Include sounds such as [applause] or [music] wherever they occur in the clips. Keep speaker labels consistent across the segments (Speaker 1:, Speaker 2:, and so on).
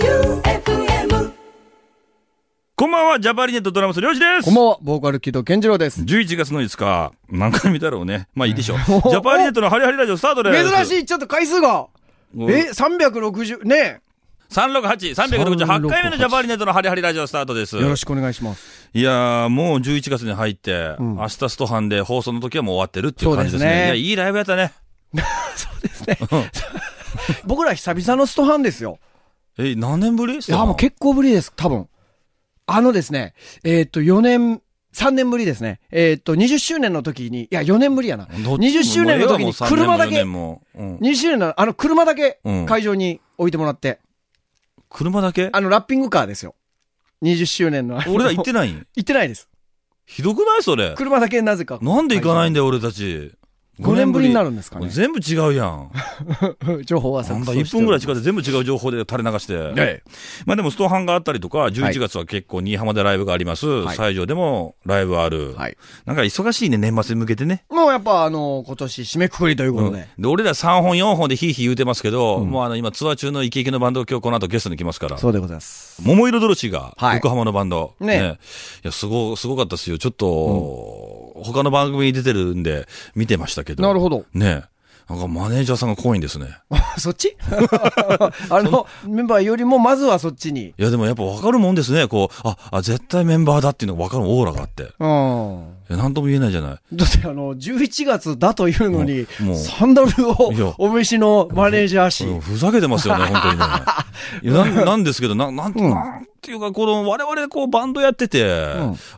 Speaker 1: J-O-E-U-F-M
Speaker 2: こんばんは、ジャパリネットドラムス、りょうじです。
Speaker 3: こんばんは、ボーカル、木戸健二郎です。
Speaker 2: 11月の5日、何回見たろうね。まあいいでしょう。ジャパリネットのハリハリラジオスタートです。
Speaker 3: 珍し
Speaker 2: い。
Speaker 3: い、ちょっと回数が。
Speaker 2: うん
Speaker 3: え、360、ね
Speaker 2: 368、368回目のジャパリネットのハリハリラジオスタートです。
Speaker 3: えよろしくお願いします。
Speaker 2: いやー、もう11月に入って、
Speaker 3: ん
Speaker 2: 明日ストハンで放送の時はもう終わってるっていう感じですね。
Speaker 3: そうですね
Speaker 2: いや、いいライブやったね。
Speaker 3: 僕ら久々のストハンですよ。
Speaker 2: え、何年ぶり
Speaker 3: いや、もう結構ぶりです、多分。あのですね、えーっと、4年、3年ぶりですね。えーっと、20周年の時に、いや、4年ぶりやな。
Speaker 2: どっちも
Speaker 3: 20周年の時に車だけ、
Speaker 2: もうええわもう3年も4年もうん
Speaker 3: 20周年の、あの、車だけ
Speaker 2: うん
Speaker 3: 会場に置いてもらって、
Speaker 2: 車だけ
Speaker 3: あの、ラッピングカーですよ。20周年の。
Speaker 2: 俺ら行っ
Speaker 3: ない。
Speaker 2: てないん
Speaker 3: [laughs] 行ってないです。
Speaker 2: ひどくないそれ。
Speaker 3: 車だけなぜか。
Speaker 2: なんで行かないんだよ、俺たち。
Speaker 3: 5年ぶりになるんですかね。
Speaker 2: 全部違うやん。
Speaker 3: [laughs] 情報は
Speaker 2: な
Speaker 3: さ
Speaker 2: んだ、1分ぐらい
Speaker 3: う。
Speaker 2: 近くで全部違う情報で垂れ流して。
Speaker 3: え
Speaker 2: まあでも、ストハンがあったりとか、
Speaker 3: は
Speaker 2: 11
Speaker 3: い
Speaker 2: 月は結構、新居浜でライブがあります。
Speaker 3: い
Speaker 2: 西条でもライブある。
Speaker 3: はい
Speaker 2: なんか忙しいね、年末に向けてね。
Speaker 3: もうやっぱあの、今年締めくくりということ
Speaker 2: うん
Speaker 3: で。
Speaker 2: で、俺ら3本、4本でヒーヒー言うてますけど、もうあの、今ツアー中のイケイケのバンド、今日この後ゲストに来ますから。
Speaker 3: そうでございます。
Speaker 2: 桃色ドロシーが、
Speaker 3: はい
Speaker 2: 横浜のバンド。
Speaker 3: ね
Speaker 2: いや、すご、すごかったですよ。ちょっと、他の番組に出てるんで、見てましたけど。
Speaker 3: なるほど。
Speaker 2: ねなんかマネージャーさんが怖いんですね。
Speaker 3: [laughs] そっち [laughs] あの、メンバーよりもまずはそっちに。
Speaker 2: いや、でもやっぱ分かるもんですね。こう、あ、あ、絶対メンバーだっていうのが分かるオーラがあって。い
Speaker 3: うん。
Speaker 2: や、なんとも言えないじゃない。
Speaker 3: だってあの、11月だというのに
Speaker 2: もうもう、
Speaker 3: サンダルを
Speaker 2: いや
Speaker 3: お召しのマネージャーし。
Speaker 2: うんふざけてますよね、本当
Speaker 3: [laughs]
Speaker 2: にね。いやなんなんですけど、ななんなんていうか、この、我々こうバンドやってて、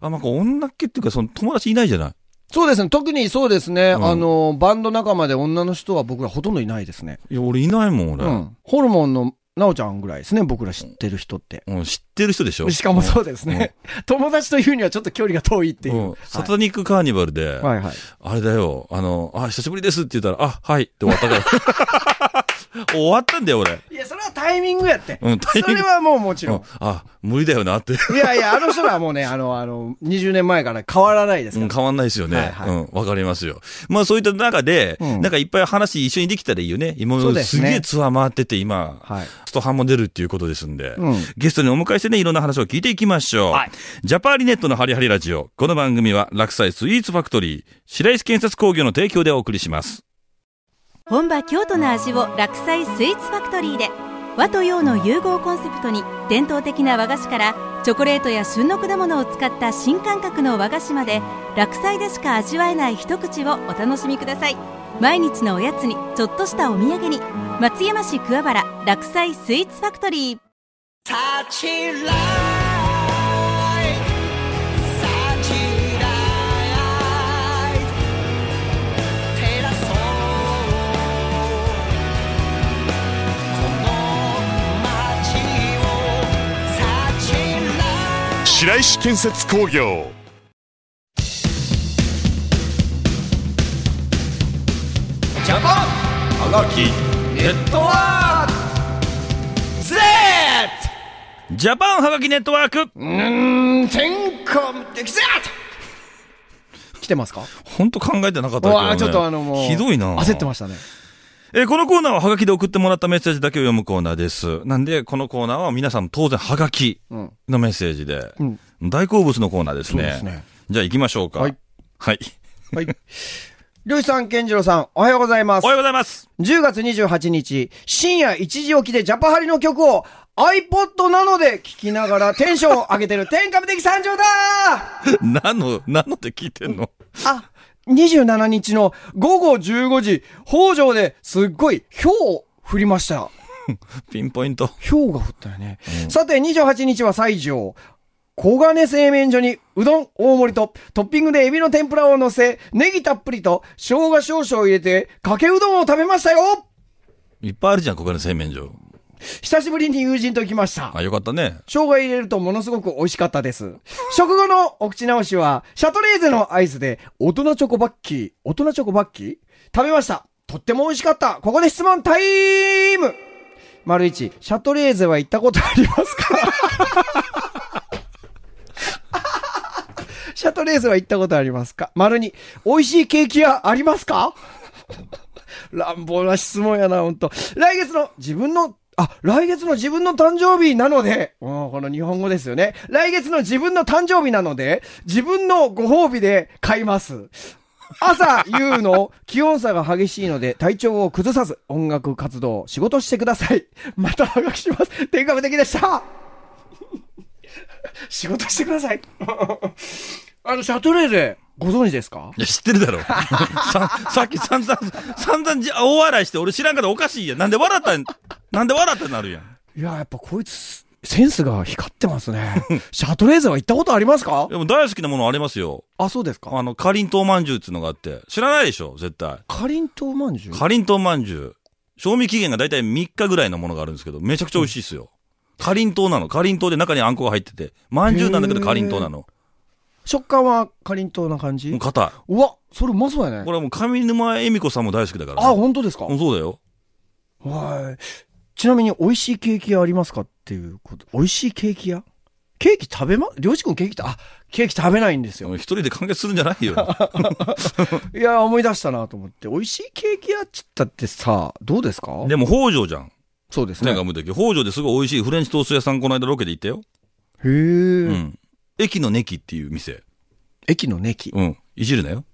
Speaker 2: あ、まあ、こう女っ気っていうか、その友達いないじゃない。
Speaker 3: そうですね。特にそうですね。
Speaker 2: ん
Speaker 3: あの、バンド仲間で女の人は僕らほとんどいないですね。
Speaker 2: いや、俺いないもん、俺。
Speaker 3: う
Speaker 2: うん
Speaker 3: ん。ホルモンのなおちゃんぐらいですね。僕ら知ってる人って。
Speaker 2: 知ってる人でしょ
Speaker 3: しかもそうですね。 [laughs] 友達というにはちょっと距離が遠いっていうう。
Speaker 2: ん、サタニックカーニバルで、
Speaker 3: はいはい。
Speaker 2: あれだよ、あの、あ、久しぶりですって言ったら、あ、はいって終わった
Speaker 3: [laughs]
Speaker 2: から。終わったんだよ、俺。
Speaker 3: いや、それはタイミングやって。
Speaker 2: うんタイミン
Speaker 3: そ
Speaker 2: グ
Speaker 3: れはもうもち
Speaker 2: う
Speaker 3: ろ
Speaker 2: ん
Speaker 3: ん。、
Speaker 2: あ、無理だよなって。
Speaker 3: いやいや、あの人らはもうね、あの、あの、20年前から変わらないです
Speaker 2: う
Speaker 3: か
Speaker 2: ん、
Speaker 3: ら。
Speaker 2: 変わんないですよね。
Speaker 3: はいはい
Speaker 2: うん、わかりますよ。まあそういった中で、
Speaker 3: うん
Speaker 2: なんかいっぱい話一緒にできたらいいよね。今、
Speaker 3: そうです
Speaker 2: す
Speaker 3: ね
Speaker 2: げえツアー回ってて今、
Speaker 3: はい
Speaker 2: ストハンも出るっていうことですんで、
Speaker 3: うん
Speaker 2: ゲストにお迎えしてね、いろんな話を聞いていきましょう。
Speaker 3: はい
Speaker 2: ジャパーリネットのハリハリラジオ。この番組は、落栽スイーツファクトリー、白石建設工業の提供でお送りします。
Speaker 4: 本場京都の味を落菜スイーツファクトリーで和と洋の融合をコンセプトに伝統的な和菓子からチョコレートや旬の果物を使った新感覚の和菓子まで落菜でしか味わえない一口をお楽しみください毎日のおやつにちょっとしたお土産に松山市桑原落菜スイーツファクトリー
Speaker 5: 白石建設工業
Speaker 2: ジャパンはがきネットワーク
Speaker 3: うーん、天下無敵さ来てますか
Speaker 2: ほんと考えてなかったけど、ね。
Speaker 3: わあ、ちょっとあのもう。
Speaker 2: ひどいな
Speaker 3: 焦ってましたね。
Speaker 2: えーこのコーナーはハガキで送ってもらったメッセージだけを読むコーナーです。なんで、このコーナーは皆さん当然ハガキ
Speaker 3: うん。
Speaker 2: のメッセージで、
Speaker 3: うん
Speaker 2: 大好物のコーナーですね。
Speaker 3: そうですね
Speaker 2: じゃあ行きましょうか。
Speaker 3: はい。
Speaker 2: はい。
Speaker 3: はい。 [laughs] りょうしさん、健次郎さん、おはようございます
Speaker 2: おは。ようございます。 [laughs]
Speaker 3: 10月28日、深夜1時起きでジャパハリの曲を iPod なので聴きながらテンションを上げてる天下無敵参上だ
Speaker 2: なの、なのって聞いてんの
Speaker 3: あ、27日の午後15時、北条ですっごい氷を降りました。
Speaker 2: ピンポイント。
Speaker 3: 氷が降ったよね。さて、28日は西条。小金製麺所にうどん大盛りとトッピングでエビの天ぷらを乗せ、ネギたっぷりと生姜少々入れてかけうどんを食べましたよ
Speaker 2: いっぱいあるじゃん、ここの洗面所。
Speaker 3: 久しぶりに友人と行きました。
Speaker 2: あ、よかったね。
Speaker 3: 生姜入れるとものすごく美味しかったです。食後のお口直しは、シャトレーゼのアイスで、大人チョコバッキー、大人チョコバッキー食べました。とっても美味しかった。ここで質問タイム丸一、シャトレーゼは行ったことありますかシャトレーゼは行ったことありますか丸二、美味しいケーキ屋ありますか乱暴な質問やな、ほんと。来月の自分の、あ、来月の自分の誕生日なので、うんこの日本語ですよね。来月の自分の誕生日なので、自分のご褒美で買います。朝、夕の気温差が激しいので、体調を崩さず、音楽活動、仕事してください。またはがきします。天下無敵でした。仕事してください。あの、シャトレーゼ、ご存知ですか
Speaker 2: いや、知ってるだろ。 [laughs] さ、さっき散々、散々じ大笑いして、俺知らんからおかしいやん。なんで笑ったん、なんで笑ったんなるやん。
Speaker 3: いや、やっぱこいつ、センスが光ってますね。 [laughs] シャトレーゼは行ったことありますか
Speaker 2: でも大好きなものありますよ。
Speaker 3: あ、そうですか。
Speaker 2: あの、かりんとうまんじゅうっていうのがあって。知らないでしょ、絶対。
Speaker 3: かりんとうまんじゅう
Speaker 2: かりんとうまんじゅう。賞味期限がだいたい3日ぐらいのものがあるんですけど、めちゃくちゃ美味しいですよ。かりんとうなの。かりんとうで中にあんこが入ってて。まんじゅうなんだけどかりんとうなの。
Speaker 3: 食感はかりんとうな感じ
Speaker 2: もう硬い。
Speaker 3: うわ、それうまそうやね。
Speaker 2: これはもう上沼恵美子さんも大好きだから、
Speaker 3: あ、本当ですか
Speaker 2: うんそうだよ。
Speaker 3: はい。ちなみに美味しいケーキ屋ありますかっていうこと。美味しいケーキ屋ケーキ食べま、りょうじくんケーキた、あ、ケーキ食べないんですよ。
Speaker 2: 一人で完結するんじゃない [laughs] よ。
Speaker 3: いや、思い出したなと思って。美味しいケーキ屋っちったってさ、どうですか
Speaker 2: でも北条じゃん。
Speaker 3: そうですね。
Speaker 2: 天下無敵。北条ですごい美味しいフレンチトースト屋さんこの間ロケで行ったよ。
Speaker 3: へえ、
Speaker 2: うん。駅のネキっていう店。
Speaker 3: 駅のネキ。
Speaker 2: うん。いじるなよ。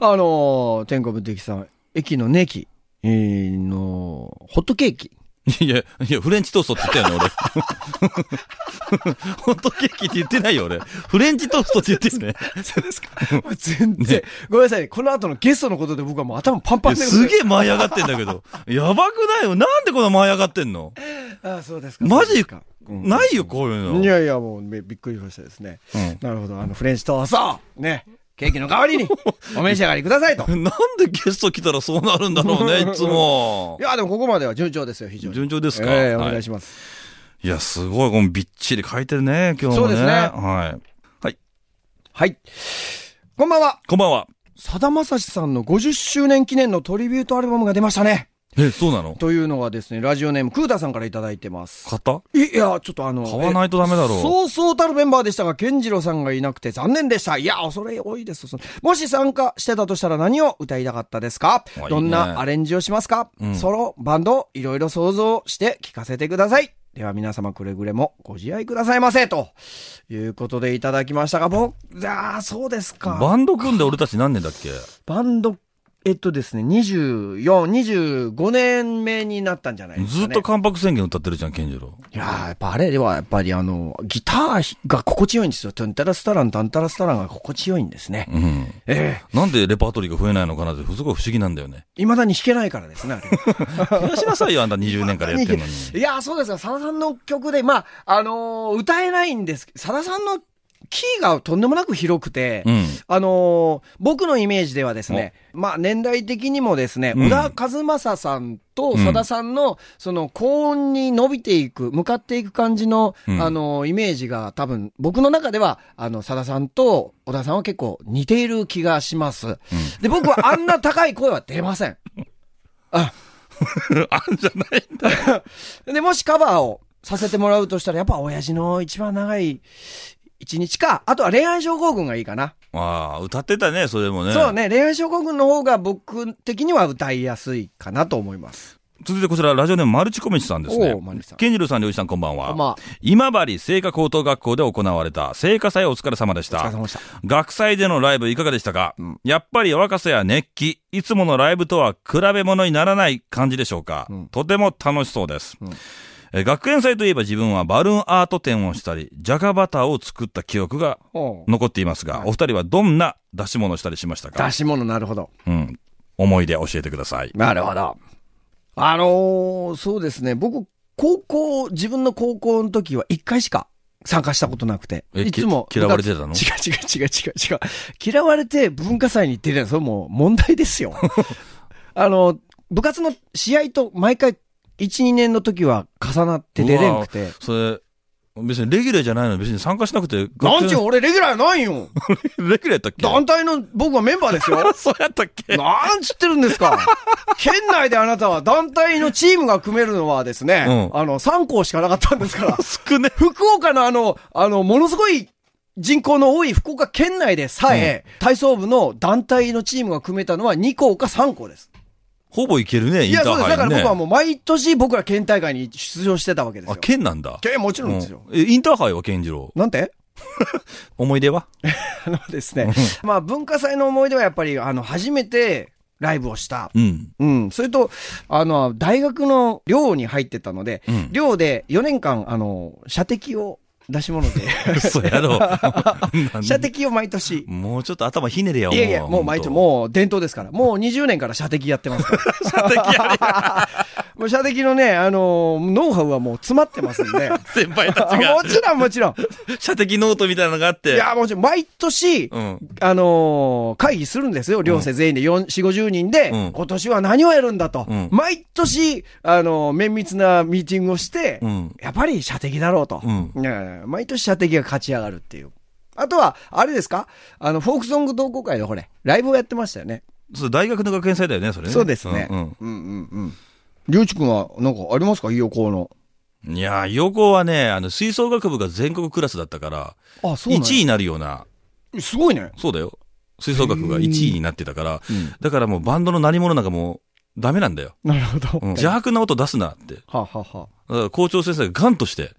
Speaker 3: あのー、天下無敵さん、駅のネキ、えー、の、ホットケーキ。
Speaker 2: [laughs] いや、いや、フレンチトーストって言ったよね、俺。 [laughs] ホットケーキって言ってないよ、俺。フレンチトーストって言ってるね。
Speaker 3: そうですか [laughs] 全然、ごめんなさい。この後のゲストのことで僕はもう頭パン
Speaker 2: い
Speaker 3: パン
Speaker 2: や
Speaker 3: です
Speaker 2: げえ舞い上がってんだけど。やばくないよ。なんでこんな舞い上がってんの
Speaker 3: あそうですか。
Speaker 2: マ
Speaker 3: そうで
Speaker 2: ジ
Speaker 3: すかうん
Speaker 2: ないよ、こういうの。
Speaker 3: いやいや、もうめびっくりしましたですね。
Speaker 2: うん
Speaker 3: なるほど。あの、フレンチトーストね。ケーキの代わ [laughs] りに、お召し上がりくださいと。
Speaker 2: な
Speaker 3: い
Speaker 2: んでゲスト来たらそうなるんだろうね、いつも。
Speaker 3: や、でもここまでは順調ですよ、非常に。
Speaker 2: 順調ですか
Speaker 3: ええお
Speaker 2: はい
Speaker 3: 願いします。
Speaker 2: いや、すごい、このびっちり書いてるね、今日
Speaker 3: そ
Speaker 2: もね。
Speaker 3: うですね
Speaker 2: はい。はい。
Speaker 3: はい。こんばんは。
Speaker 2: こんばんは。
Speaker 3: さだまさしさんの50周年記念のトリビュートアルバムが出ましたね。
Speaker 2: え、そうなの
Speaker 3: というのがですね、ラジオネーム、クータさんからいただいてます。
Speaker 2: 買った
Speaker 3: いいや、ちょっとあの。
Speaker 2: 買わないとダメだろう
Speaker 3: えそうそうたるメンバーでしたが、健次郎さんがいなくて残念でした。いや、恐れ多いです。そのもし参加してたとしたら何を歌いたかったですか
Speaker 2: あいいね
Speaker 3: どんなアレンジをしますか、
Speaker 2: うん
Speaker 3: ソロ、バンド、いろいろ想像して聞かせてください。では皆様くれぐれもご自愛くださいませ。ということでいただきましたが、僕、ああ、そうですか。
Speaker 2: バンド組んで俺たち何年だっけ
Speaker 3: バンド、えっとですね、24、25年目になったんじゃないですか、
Speaker 2: ず
Speaker 3: ね。
Speaker 2: っと関白宣言歌ってるじゃん、健次郎。
Speaker 3: いやー、やっぱあれでは、やっぱりあの、ギターが心地よいんですよ。トゥンタラスタラン、タンタラスタランが心地よいんですね。
Speaker 2: うん。
Speaker 3: え
Speaker 2: なんでレパートリーが増えないのかなって、すごい不思議なんだよ
Speaker 3: [laughs]
Speaker 2: ね。
Speaker 3: え未だに弾けないからですね、あれ。
Speaker 2: 減らしなさいよ、あんた20年からやってるのに。
Speaker 3: [laughs] いやー、そうですが、さださんの曲で、まあ、あのー歌えないんですけど、さださんのキーがとんでもなく広くて、
Speaker 2: うん。
Speaker 3: あのー僕のイメージではですね、まあ年代的にもですね、
Speaker 2: うん
Speaker 3: 小田和正さんと
Speaker 2: うん
Speaker 3: さださんの、その高音に伸びていく、向かっていく感じの、
Speaker 2: うん
Speaker 3: あのーイメージが多分、僕の中では、あの、さださんと小田さんは結構似ている気がします。で、僕はあんな高い声は出ません。 [laughs]
Speaker 2: あんじゃないんだ。
Speaker 3: で、もしカバーをさせてもらうとしたら、やっぱ親父の一番長い一日か、あとは恋愛症候群がいいかな。
Speaker 2: ああ、歌ってたね、それもね。
Speaker 3: そうね、恋愛症候群の方が僕的には歌いやすいかなと思います。
Speaker 2: 続いてこちら、ラジオネームマルチコメチさんですね
Speaker 3: おうマルチさん。
Speaker 2: 健次郎さん、りょうじさん、こんばんは。
Speaker 3: こんばんは
Speaker 2: 今治聖火高等学校で行われた聖火祭お疲れ様でし
Speaker 3: お疲
Speaker 2: た
Speaker 3: れ様。でした。
Speaker 2: 学祭でのライブいかがでしたか、やっぱり若さや熱気、いつものライブとは比べ物にならない感じでしょうか、とても楽しそうです、えー学園祭といえば自分はバルーンアート展をしたり、ジャガバターを作った記憶が
Speaker 3: おう
Speaker 2: 残っていますが、お二人はどんな出し物をしたりしましたか
Speaker 3: 出し物、なるほど。
Speaker 2: うん。思い出教えてください。
Speaker 3: なるほど。あのーそうですね、僕、高校、自分の高校の時は一回しか参加したことなくて。
Speaker 2: え
Speaker 3: いつも。
Speaker 2: き嫌われてたの
Speaker 3: 違う違う違う違う違う。嫌われて文化祭に行ってるやん。それもう問題で
Speaker 2: [laughs]
Speaker 3: すよ。あの、部活の試合と毎回、1、2年の時は重なって出れんくて。
Speaker 2: それ、別にレギュラーじゃないの別に参加しなくて。
Speaker 3: なんちゅ
Speaker 2: 学
Speaker 3: う俺レギュラーないよ
Speaker 2: 園レギュラーやったっけ
Speaker 3: 団体の僕はメンバーですよ
Speaker 2: [laughs] そうやったっけ
Speaker 3: なんつってるんですか県内であなたは団体のチームが組めるのはですね、
Speaker 2: う
Speaker 3: あの、3校しかなかったんですから、
Speaker 2: 少ね。
Speaker 3: 福岡のあの、あの、ものすごい人口の多い福岡県内でさえ、体操部の団体のチームが組めたのは2校か3校です。
Speaker 2: ほぼいけるね、イ
Speaker 3: い
Speaker 2: ンタ
Speaker 3: や、
Speaker 2: ー
Speaker 3: そうです。だか
Speaker 2: ハイ
Speaker 3: ら
Speaker 2: ね
Speaker 3: 僕は。もう毎年僕ら県大会に出場してたわけです
Speaker 2: あ、
Speaker 3: よ。
Speaker 2: 県なんだ。
Speaker 3: 県もちろんですよ。
Speaker 2: うんえインターハイは健次郎。
Speaker 3: なんて [laughs]
Speaker 2: 思い出は
Speaker 3: あのですね、まあ文化祭の思い出はやっぱり、あの、初めてライブをした。 [laughs]
Speaker 2: うん。
Speaker 3: うん。それと、あの、大学の寮に入ってたので、
Speaker 2: うん
Speaker 3: 寮で4年間、あの、射的を出し物
Speaker 2: [laughs]
Speaker 3: で、
Speaker 2: 嘘やろ。
Speaker 3: 射的を毎年。
Speaker 2: もうちょっと頭ひねれや
Speaker 3: いやいや、もう毎年、
Speaker 2: う。
Speaker 3: もう伝統ですから。もう20年から射的やってますから。
Speaker 2: [laughs]
Speaker 3: もう射的のね、あのノウハウはもう詰まってます
Speaker 2: [laughs]
Speaker 3: んで。
Speaker 2: 先輩たちが
Speaker 3: [laughs] も、ちろんもちろん。
Speaker 2: 射的ノートみたいなのがあっ
Speaker 3: い
Speaker 2: て。
Speaker 3: や、もちろん、毎年、
Speaker 2: うん。
Speaker 3: あのー会議するんですよ。寮生全員で4、4、50人で、
Speaker 2: うん
Speaker 3: 今年は何をやるんだと。
Speaker 2: うん
Speaker 3: 毎年、あのー綿密なミーティングをして、
Speaker 2: うん。
Speaker 3: やっぱり射的だろうと。
Speaker 2: うん
Speaker 3: ねえ毎年射的が勝ち上がるっていう。あとは、あれですかあの、フォークソング同好会のこれ、ライブをやってましたよね。
Speaker 2: そう、大学の学園祭だよね、それね。
Speaker 3: そうですね。
Speaker 2: う
Speaker 3: うんんうんうん。りゅうちくんは、なんかありますか陽光の。
Speaker 2: うん。いやー、横はね、あの、吹奏楽部が全国クラスだったから、
Speaker 3: あ、そ
Speaker 2: 1位になるような、
Speaker 3: 位。すごいね。
Speaker 2: そうだよ。吹奏楽が1位になってたから
Speaker 3: ん、
Speaker 2: だからもうバンドの何者なんかもう、ダメなんだよ。
Speaker 3: なるほど。
Speaker 2: うん邪悪な音出すなって。
Speaker 3: はあはあはあ
Speaker 2: だから校長先生がガンとして、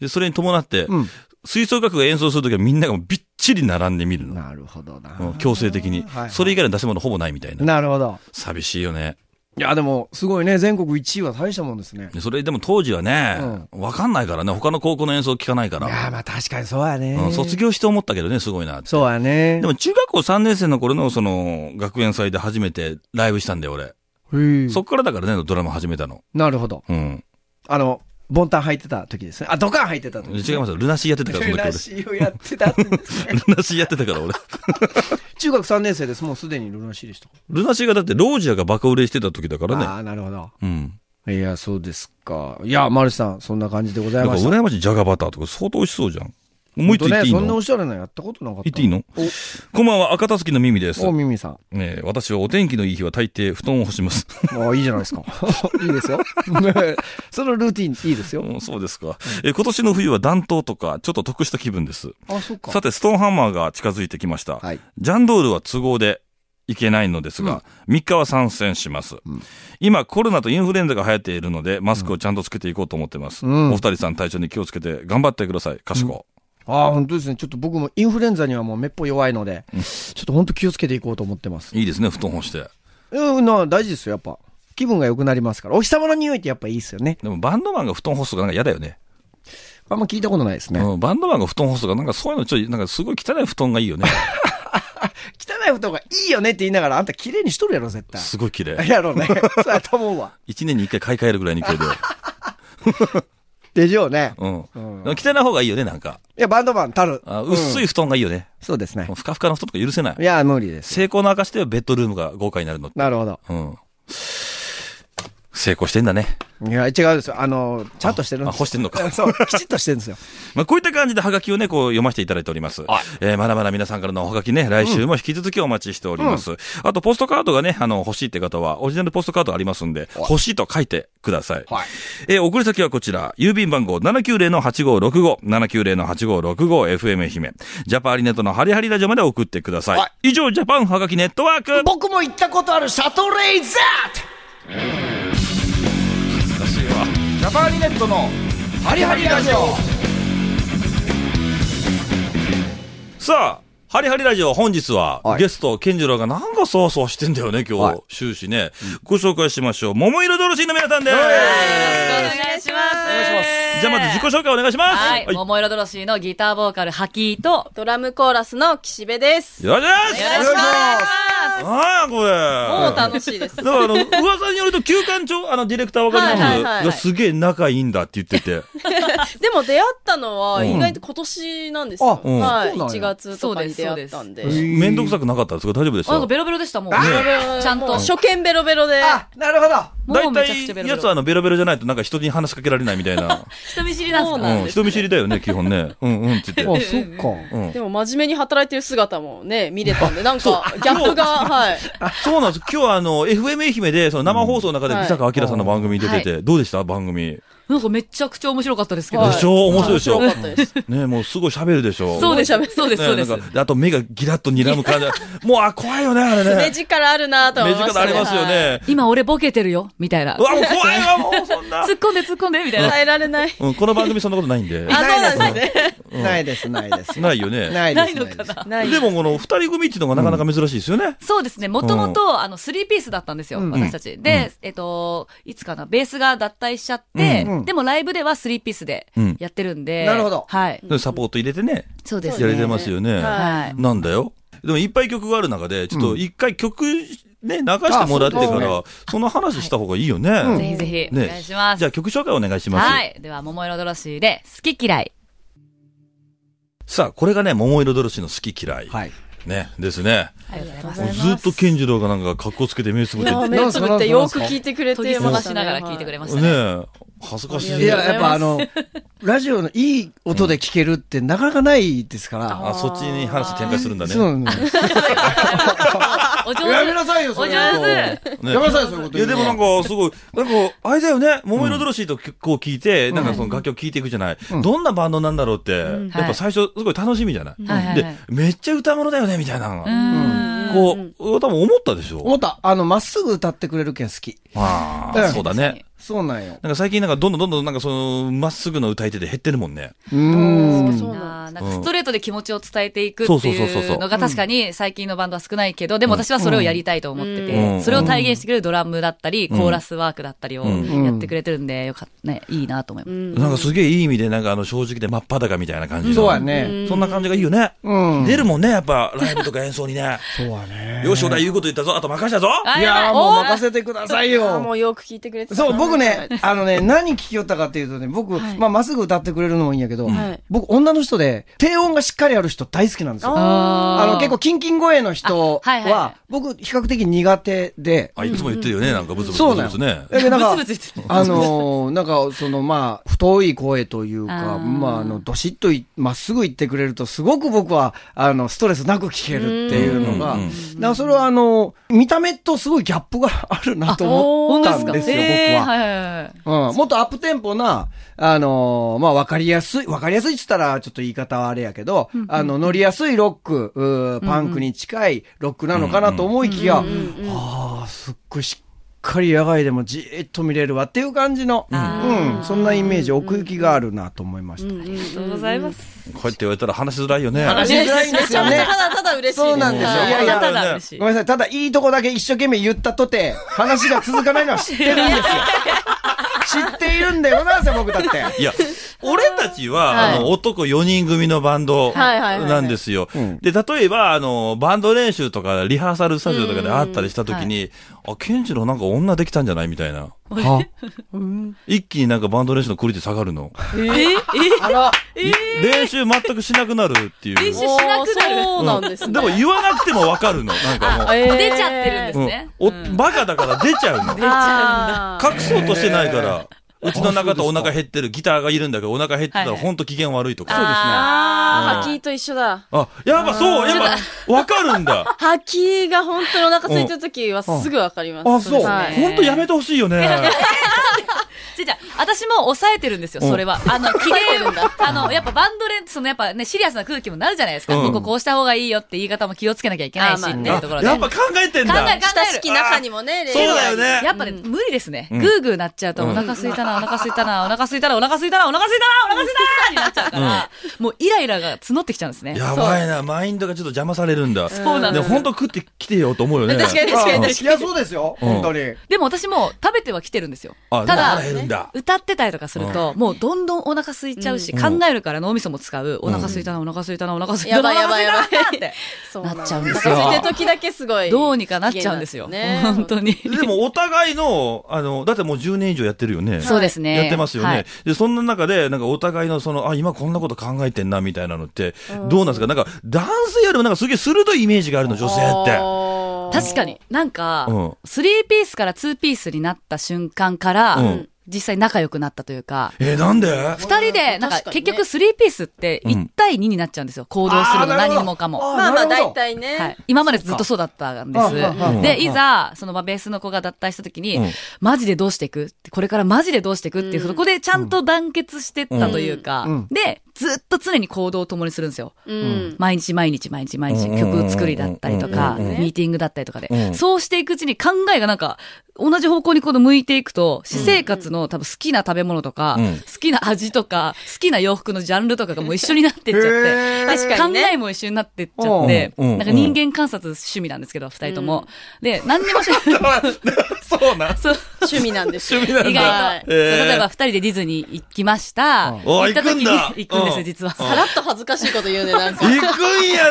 Speaker 2: でそれに伴って、
Speaker 3: うん
Speaker 2: 吹奏楽が演奏するときはみんながびっちり並んで見るの。
Speaker 3: なるほどな。
Speaker 2: うん強制的に、
Speaker 3: はいはい
Speaker 2: それ以外の出し物ほぼないみたいな。
Speaker 3: なるほど。
Speaker 2: 寂しいよね。
Speaker 3: いや、でも、すごいね。全国1位は大したもんですね。
Speaker 2: でそれでも当時はね、わ、かんないからね、他の高校の演奏聞かないか
Speaker 3: い
Speaker 2: ら。
Speaker 3: や、まあ確かにそうやね。
Speaker 2: うん、卒業して思ったけどね、すごいなって。
Speaker 3: そうやね。
Speaker 2: でも中学校3年生の頃のその学園祭で初めてライブしたんだよ、俺。
Speaker 3: へえ
Speaker 2: そっからだからね、ドラマ始めたの。
Speaker 3: なるほど。
Speaker 2: うん。
Speaker 3: あの、ボンタン履いてた時ですね。あ、ドカン履いてた時
Speaker 2: 違いますよ、ルナシーやってたから、その時
Speaker 3: [laughs] ルナシーをやってたってですね [laughs]
Speaker 2: 俺。 [laughs] ルナシーやってたから、俺。
Speaker 3: 中学3年生です。もうすでにルナシーでした。
Speaker 2: ルナシーがだってロージアがバカ売れしてた時だからね。
Speaker 3: ああ、なるほど。
Speaker 2: うん。
Speaker 3: いや、そうですか。いや、マルシさん、そんな感じでござ
Speaker 2: ないんか
Speaker 3: ました。
Speaker 2: 羨ましいジャガバターとか相当美味しそうじゃん。もう一つ言っていい
Speaker 3: ほんとねそんな
Speaker 2: の
Speaker 3: おしゃれなのやったことなかった。
Speaker 2: 言っていいのこんばんは、赤たすきの耳です
Speaker 3: お、お。みみさん。
Speaker 2: ねえ私はお天気のいい日は大抵布団を干します。
Speaker 3: あいいじゃないですか。いいですよ。 [laughs] そのルーティン、いい [laughs] ですよ。
Speaker 2: うんそうですか。え今年の冬は暖冬とか、ちょっと得した気分です。
Speaker 3: あ、そっか。
Speaker 2: さて、ストーンハンマーが近づいてきました。
Speaker 3: はい。
Speaker 2: ジャンドールは都合で行けないのですが、3日は参戦します、
Speaker 3: ん
Speaker 2: 今コロナとインフルエンザが流行っているので、マスクをちゃんとつけていこうと思ってます。
Speaker 3: うん
Speaker 2: お二人さん体調に気をつけて頑張ってください。賢、
Speaker 3: ああ、本当ですね。ちょっと僕もインフルエンザにはもうめっぽう弱いので、ちょっと本当気をつけていこうと思ってます。
Speaker 2: いいですね、布団干して。
Speaker 3: うん、な大事ですよ、やっぱ。気分が良くなりますから。お日様の匂いってやっぱいいですよね。
Speaker 2: でもバンドマンが布団干すとかなんか嫌だよね。
Speaker 3: あんま聞いたことないですね。汚
Speaker 2: うん、バンドマンが布団干すとか、なんかそういうのちょい、なんかすごい汚い布団がいいよね。
Speaker 3: [laughs] い布団がいいよねって言いながら、あんた綺麗にしとるやろ、絶対。
Speaker 2: すごい綺麗。
Speaker 3: やろ
Speaker 2: [laughs]
Speaker 3: うね。そうやと思うわ。
Speaker 2: 一年に一回買い替えるぐらいに
Speaker 3: [laughs]
Speaker 2: 綺麗で。
Speaker 3: でしょうね。
Speaker 2: うん。でも汚い方がいいよね、なんか。
Speaker 3: いや、バンドマンたる。
Speaker 2: あ薄い布団がいいよね。
Speaker 3: そうですね
Speaker 2: もう。ふかふかの布団とか許せない
Speaker 3: い。や、無理です。
Speaker 2: 成功の証ではベッドルームが豪華になるの。
Speaker 3: なるほど。
Speaker 2: うん。成功してんだね。
Speaker 3: いや、違うですよ。あの、ちゃんとしてるん
Speaker 2: あ、
Speaker 3: ですよ
Speaker 2: 干してんのか。
Speaker 3: [laughs] そう、きちっとしてるんですよ。
Speaker 2: まあ、こういった感じでハガキをね、こう読ませていただいております。えーまだまだ皆さんからのおハガキね、来週も引き続きお待ちしております。あと、ポストカードがね、あの、欲しいって方は、オリジナルポストカードありますんで、欲しいと書いてください。
Speaker 3: はい
Speaker 2: えー送り先はこちら、郵便番号790-8565、790-8565、FM 愛媛、ジャパーリネットのハリハリラジオまで送ってください。
Speaker 3: は
Speaker 2: 以上、ジャパンハガキネットワーク
Speaker 3: 僕も行ったことあるシャトレイザ
Speaker 2: ジャパーリネットの
Speaker 3: ーハリハリラジオ
Speaker 2: さあ、ハリハリラジオ本日は、
Speaker 3: はい
Speaker 2: ゲスト、健次郎がなんかそわそわしてんだよね、今日、
Speaker 3: はい
Speaker 2: 終始ね。ご紹介しましょう。桃色ドロシーの皆さんです。
Speaker 6: お願いします。
Speaker 2: じゃあまず自己紹介お願いします。
Speaker 6: はい、
Speaker 2: よ
Speaker 6: 桃色ドロシーのギターボーカル、ハキーと、
Speaker 7: ドラムコーラスの岸辺です。
Speaker 2: ろしく
Speaker 6: よろしくお願いします。
Speaker 2: ああ、こ
Speaker 7: もう
Speaker 2: れ。
Speaker 7: 楽し
Speaker 2: [laughs]
Speaker 7: いです。
Speaker 2: だからあの、噂によると、旧館長、あの、ディレクターわかります、
Speaker 7: はいはいはい
Speaker 2: がすげえ仲いいんだって言ってて。
Speaker 7: でも出会ったのは
Speaker 2: うん
Speaker 7: 意外と今年なんですよ。
Speaker 3: あうん
Speaker 7: はい、
Speaker 3: そうなんや
Speaker 7: 1月とかに出会ったんで。
Speaker 3: そうですそうですへー
Speaker 2: めんどくさくなかったですか大丈夫でし
Speaker 6: あなん
Speaker 2: た
Speaker 6: かベロベロでした、もう。ちゃん
Speaker 7: もう
Speaker 6: と。
Speaker 7: 初見ベロベロで。
Speaker 3: あ、なるほど。
Speaker 6: も
Speaker 2: 大
Speaker 6: うめち
Speaker 2: 体
Speaker 6: ゃくちゃベロベ
Speaker 2: やつは
Speaker 6: ロ。
Speaker 2: あのベロベロじゃないとなんか人に話しかけられないみたい
Speaker 6: [laughs]
Speaker 2: な。
Speaker 6: 人見知りなんす
Speaker 7: そう
Speaker 6: か
Speaker 7: な
Speaker 2: うんん、
Speaker 7: です
Speaker 2: 人見知りだよね、基本ね。うんうんって言って。
Speaker 3: あ、そっか。
Speaker 2: うん
Speaker 7: でも真面目に働いてる姿もね、見れたんで、なんかギャップがはい。
Speaker 2: [laughs] そうなんです。今日はあの、FM 愛媛で、その生放送の中で、
Speaker 7: うん
Speaker 2: 美坂明さんの番組に出てて、どうでした番組。
Speaker 6: なんかめちゃくちゃ面白かったですけど。
Speaker 7: はい
Speaker 2: でしょ面白いでしょ
Speaker 7: 面白かったです。
Speaker 2: ねもうすごい喋るでしょ
Speaker 6: [laughs] そうです、
Speaker 7: 面白い
Speaker 6: そうです、そう
Speaker 2: ね
Speaker 6: で
Speaker 2: なん。
Speaker 6: す
Speaker 2: か、であと目がギラッと睨む感じ。もう、あ、怖いよね、あれね。
Speaker 7: 目力あるなと思
Speaker 2: 目
Speaker 7: いました、
Speaker 2: 力ありますよ
Speaker 7: はい。
Speaker 2: ね。
Speaker 6: 今俺ボケてるよ、みたいな。
Speaker 2: うわ、もう怖いわ、もう、そん
Speaker 6: [laughs]
Speaker 2: な。
Speaker 6: 突っ込んで突っ込んで、みたいな。
Speaker 7: 耐えられない。
Speaker 2: うん、この番組そんなことないんで
Speaker 7: あ、。そうなんですね。
Speaker 3: ないです、ないです。
Speaker 2: ないよね。
Speaker 3: ないです。
Speaker 6: ないのかな
Speaker 3: ない
Speaker 7: ない
Speaker 2: でもこの二人組っていうのがなかなか珍しいですよね。
Speaker 6: そうですね。もともと、あの、スリーピースだったんですよ、
Speaker 3: うん
Speaker 6: 私たち。で、えっと、いつかな、ベースが脱退しちゃって
Speaker 3: うん、
Speaker 6: でもライブではスリーピースでやってるん
Speaker 3: う
Speaker 6: で。
Speaker 3: んなるほど
Speaker 6: はい。
Speaker 2: でサポート入れてね、
Speaker 6: そうです
Speaker 2: や
Speaker 6: ね。
Speaker 2: れてますよね。
Speaker 7: はい
Speaker 6: はい。
Speaker 2: なんだよ。でもいっぱい曲がある中で、ちょっと一回曲ね、流してもらってか
Speaker 3: あそうです
Speaker 2: ら、その話した方がいいよね。
Speaker 6: ぜひぜひ、
Speaker 2: ね
Speaker 6: お願いします。
Speaker 2: じゃあ曲紹介お願いします。
Speaker 6: はい。では、桃色ドロシーで、好き嫌い。
Speaker 2: さあ、これがね、桃色ドロシーの好き嫌い。
Speaker 3: はい。
Speaker 2: ね、ですね。
Speaker 6: ありがとうございます。
Speaker 2: もうずっと健次郎がなんか格好つけて目つぶ
Speaker 7: い
Speaker 2: って
Speaker 7: や、
Speaker 2: て。
Speaker 7: 目つぶってよく聞いてくれ
Speaker 6: 研
Speaker 7: て
Speaker 6: ぎ
Speaker 7: ま
Speaker 6: 澄ま
Speaker 7: し
Speaker 6: したながら聞いてくれ
Speaker 7: ま
Speaker 6: ました
Speaker 2: ね
Speaker 6: ね。
Speaker 2: え、恥ずかしい。
Speaker 3: いや、やっぱあの、ラジオのいい音で聞けるってなかなかないですから。
Speaker 2: あ、そっちに話展開するんだね。
Speaker 3: そうなんです。
Speaker 6: お上手。
Speaker 3: やめなさいよ、そ
Speaker 6: お
Speaker 3: れ。
Speaker 6: 上
Speaker 2: ね
Speaker 3: やめなさいよ、そういうこと
Speaker 2: いや、でもなん
Speaker 3: か、
Speaker 2: か、すごい、なんか、あれだよね、桃色ドロシーとこう聞いて、なんかその楽曲聞いていくじゃない。どんなバンドなんだろうって、やっぱ最初すごい楽しみじゃない。
Speaker 6: はいはいは
Speaker 2: で
Speaker 6: い、
Speaker 2: めっちゃ歌物だよね、みたいなのが。
Speaker 6: 手。
Speaker 2: こう、多分思ったでしょ
Speaker 3: 思った。あの、まっすぐ歌ってくれるけん好き。
Speaker 2: あ
Speaker 3: う
Speaker 2: あ、
Speaker 3: ん
Speaker 2: そうだね。
Speaker 3: そうなんよ。
Speaker 2: なんか最近なんかどんどんどんどんなんかその、まっすぐの歌い手で減ってるもんね。
Speaker 3: うーん。
Speaker 7: す。そうなん
Speaker 6: ななんかストレートで気持ちを伝えていくって
Speaker 2: そうそうそう
Speaker 6: い
Speaker 2: そう
Speaker 6: うのが確かに最近のバンドは少ないけど、でも私はそれをやりたいと思って
Speaker 2: う
Speaker 6: て、
Speaker 2: ん
Speaker 6: それを体現してくれるドラムだったり、コーラスワークだったりを
Speaker 2: うん
Speaker 6: やってくれてるんで、よかったね、いいなと思います。
Speaker 2: なんかすげえいい意味で、なんかあの、正直で真っ裸みたいな感じの。
Speaker 3: そうや。ね。
Speaker 2: そんな感じがいいよね。
Speaker 3: うん。
Speaker 2: 出るもんね、やっぱ、ライブとか演奏にね。
Speaker 3: そうやね。
Speaker 2: よし、お題言うこと言ったぞ、あと任したぞ
Speaker 6: あ
Speaker 3: いや
Speaker 6: や
Speaker 3: ー
Speaker 6: ばい
Speaker 3: もう
Speaker 6: おー
Speaker 3: 任せてください
Speaker 7: だ。もう
Speaker 3: よ。
Speaker 7: よく聞いてくれてた
Speaker 3: そう、僕ね、あのね、何聞きよったかっていうとね、僕、まあ、まっすぐ歌ってくれるのもいいんやけど、
Speaker 7: はい
Speaker 3: 僕、女の人で、低音がしっかりある人大好きなんですよ。あの、結構、キンキン声の人は、
Speaker 6: あはいはいは
Speaker 3: 僕、比較的苦手で、
Speaker 2: あ、いつも言ってるよね、なんかブツブツ
Speaker 3: そう
Speaker 2: ブ
Speaker 3: な
Speaker 2: ツ
Speaker 3: の
Speaker 2: ブツね。
Speaker 3: だけどな
Speaker 6: [laughs]
Speaker 3: んか
Speaker 6: ブツブツ言っ
Speaker 3: あのーなんか、その、まあ、太い声というか、
Speaker 6: あー
Speaker 3: まあ、あの、どしっとい、まっすぐ言ってくれると、すごく僕は、あの、ストレスなく聞けるっていうのが、
Speaker 2: うんうんう
Speaker 3: だからそれは、あの、見た目とすごいギャップがあるなと思
Speaker 6: 本
Speaker 3: っ
Speaker 6: 当
Speaker 3: た
Speaker 6: です
Speaker 3: ん
Speaker 6: か
Speaker 3: ですよ、僕
Speaker 6: えー
Speaker 3: は。
Speaker 6: はいはいはい。
Speaker 3: うん、もっとアップテンポな、あのーまあ、わかりやすい、わかりやすいって言ったら、ちょっと言い方はあれやけど、あの、乗りやすいロック、うーパンクに近いロックなのかなと思いきや、ああ、すっごいしっかり野外でもじーっと見れるわっていう感じの、うん、そんなイメージ、奥行きがあるなと思いました。
Speaker 6: ありがとうございます。
Speaker 2: こうやって言われたら話しづらいよね。
Speaker 3: 話しづらいんですよね
Speaker 7: た。だただ嬉しいです。
Speaker 3: そうなんですよ
Speaker 7: はい
Speaker 3: いやいや
Speaker 6: ただ嬉しい
Speaker 3: ご。めんなさい、ただいいとこだけ一生懸命言ったとて、話が続かないの
Speaker 7: [laughs]
Speaker 3: は知ってるんですよ。知っているんでございますよ、僕だって。
Speaker 2: いや、俺たちは、
Speaker 7: はい
Speaker 2: あの、男4人組のバン
Speaker 7: は
Speaker 2: ド
Speaker 7: いはいはいはい
Speaker 2: なんですよ
Speaker 3: ん。
Speaker 2: で、例えば、あの、バンド練習とか、リハーサルスタジオとかで会ったりした時に、あ、ケンジロなんか女できたんじゃないみたいな。一気になんかバンド練習のクオリティ下がるの。
Speaker 6: ええ
Speaker 7: あら、
Speaker 2: 練習全くしなくなるっていう。
Speaker 6: 練習しなくなる
Speaker 7: おーそうなんです
Speaker 2: うん
Speaker 7: ね。
Speaker 2: でも言わなくてもわかるの。なんかもう。
Speaker 7: えー
Speaker 6: 出ちゃってるんです
Speaker 2: うん
Speaker 6: ね。
Speaker 2: お、バカだから出ちゃうの。
Speaker 7: あー
Speaker 2: 隠そうとしてないから、うちの中とお腹減ってる、ギターがいるんだけど、お腹減ってたら
Speaker 6: はい
Speaker 2: ほんと機嫌悪いとか。
Speaker 7: あ
Speaker 2: うん
Speaker 7: ー、ハキと一緒だ。
Speaker 2: あ、やっぱそう、やっぱ、わかるんだ。
Speaker 7: [laughs] ハキが本当にお腹空いてる時はすぐわかります。
Speaker 2: あ、そう。
Speaker 7: はい
Speaker 2: ほんとやめてほしいよね。
Speaker 6: じゃじゃ私も抑えてるんですよ、それは。
Speaker 7: [laughs]
Speaker 6: あの、綺麗
Speaker 7: るんだ
Speaker 6: あの、やっぱバンドレン、そのやっぱね、シリアスな空気もなるじゃないですか。
Speaker 2: うん
Speaker 6: こここうした方がいいよって言い方も気をつけなきゃいけない
Speaker 7: あ
Speaker 6: し、
Speaker 7: まあね
Speaker 6: っていうところ
Speaker 2: あ
Speaker 6: で。
Speaker 2: やっぱ考えてん
Speaker 6: 考え
Speaker 2: だ。
Speaker 6: 考
Speaker 7: 親しき中にもね、
Speaker 2: そうだ
Speaker 7: 礼
Speaker 2: よ
Speaker 7: 儀
Speaker 2: ね。
Speaker 6: やっぱね、無理ですね。
Speaker 2: ん
Speaker 6: グーグーなっちゃうと、
Speaker 2: うん
Speaker 6: お腹すいたな、お腹すいたな、お腹すいたな、お腹すいたな、お腹すいたな、お腹すいたな、になっちゃうから、もうイライラが募ってきちゃうんですね。
Speaker 2: やばいな、マインドがちょっと邪魔されるんだ。
Speaker 6: そうなんです
Speaker 2: ほんと食ってきてよと思うよね。
Speaker 7: 確かに確かに確か
Speaker 3: いや、そうですよ、
Speaker 2: うん
Speaker 3: 本当に。
Speaker 6: でも私も食べては来てるんですよ。
Speaker 2: あ、
Speaker 6: た
Speaker 2: でも
Speaker 6: だ
Speaker 2: 腹、減るんだ。
Speaker 6: 歌ってたりとかすると、もうどんどんお腹空いちゃうし、
Speaker 2: うん
Speaker 6: 考えるから脳みそも使う、お腹空いたな、お腹空いたな、お腹空
Speaker 7: に。
Speaker 6: い
Speaker 7: や
Speaker 6: た
Speaker 7: ば
Speaker 6: な、
Speaker 7: いやばいやばい
Speaker 6: お腹空いたなって。。
Speaker 7: そうなん
Speaker 6: な
Speaker 7: だ
Speaker 6: っちゃうんです
Speaker 7: お
Speaker 6: よ
Speaker 7: 腹空いてる時だけすごい。
Speaker 6: どうにかなっちゃうんですよ。
Speaker 7: ね
Speaker 6: 本当に。
Speaker 2: でもお互いの、あの、だってもう10年以上やってるよ
Speaker 6: [laughs]
Speaker 2: ね。
Speaker 6: [laughs] そうですね。
Speaker 2: やってますよね。
Speaker 6: はい
Speaker 2: で、そんな中で、なんかお互いのその、あ、今こんなこと考えてんな、みたいなのって、どうなんですかなんか、男性よりもなんかすげえ鋭いイメージがあるの、女性って。
Speaker 7: あー
Speaker 6: 確かに。なんか
Speaker 2: うん、
Speaker 6: スリーピースからツーピースになった瞬間から
Speaker 2: うん、
Speaker 6: 実際仲良くなったというか、
Speaker 2: えー、なんで
Speaker 6: 二人で、なんか
Speaker 7: 確かにね
Speaker 6: 結局スリーピースって
Speaker 2: うん
Speaker 6: 1対2になっちゃうんですよ。行動するの
Speaker 3: あーなるほど
Speaker 6: 何もかも。
Speaker 7: まあまあ
Speaker 3: なる
Speaker 7: 大
Speaker 3: ほど
Speaker 7: 体ね。
Speaker 6: はい、今までずっとそうだったんで
Speaker 3: そっかああああ
Speaker 6: す。
Speaker 2: ああ
Speaker 6: で、いざ、そのまあベースの子が脱退した時に、
Speaker 2: [laughs] うん
Speaker 6: マジでどうしていくってこれからマジでどうしていくっていう、
Speaker 7: うん
Speaker 6: そこでちゃんと団結してったというか、
Speaker 3: うんうん
Speaker 6: で、ずっと常に行動を共にするんですよ。
Speaker 7: うん。
Speaker 6: 毎日毎日毎日毎日
Speaker 2: うん
Speaker 6: 曲作りだったりとか、
Speaker 2: うん
Speaker 6: ミーティングだったりとかで、
Speaker 2: うん
Speaker 6: そうしていくうちに考えがなんか、同じ方向にこの向いていくと、私生活の多分好きな食べ物とか、
Speaker 2: うん
Speaker 6: 好きな味とか、好きな洋服のジャンルとかがもう一緒に
Speaker 2: [laughs]
Speaker 6: なってっちゃって、
Speaker 3: へー
Speaker 7: 確かにね
Speaker 6: 考えも一緒になってっちゃって、
Speaker 2: うんうん
Speaker 6: なんか人間観察趣味なんですけど、二人とも。で、何に
Speaker 2: [laughs]
Speaker 6: もし
Speaker 2: そうなん
Speaker 6: そう
Speaker 7: 趣味なんですよ。
Speaker 2: 趣味なん
Speaker 6: 意
Speaker 2: だ
Speaker 6: 外と、
Speaker 2: へー
Speaker 6: そう例えば二人でディズニー行きました。
Speaker 2: お
Speaker 6: 行った時に
Speaker 2: 行くんだ
Speaker 6: 行くんです
Speaker 2: う
Speaker 6: よ、
Speaker 2: ん
Speaker 6: 実は。
Speaker 7: さらっと恥ずかしいこと言うね、なんか。さ
Speaker 2: 行くんやな、いい
Speaker 7: らっと
Speaker 2: ね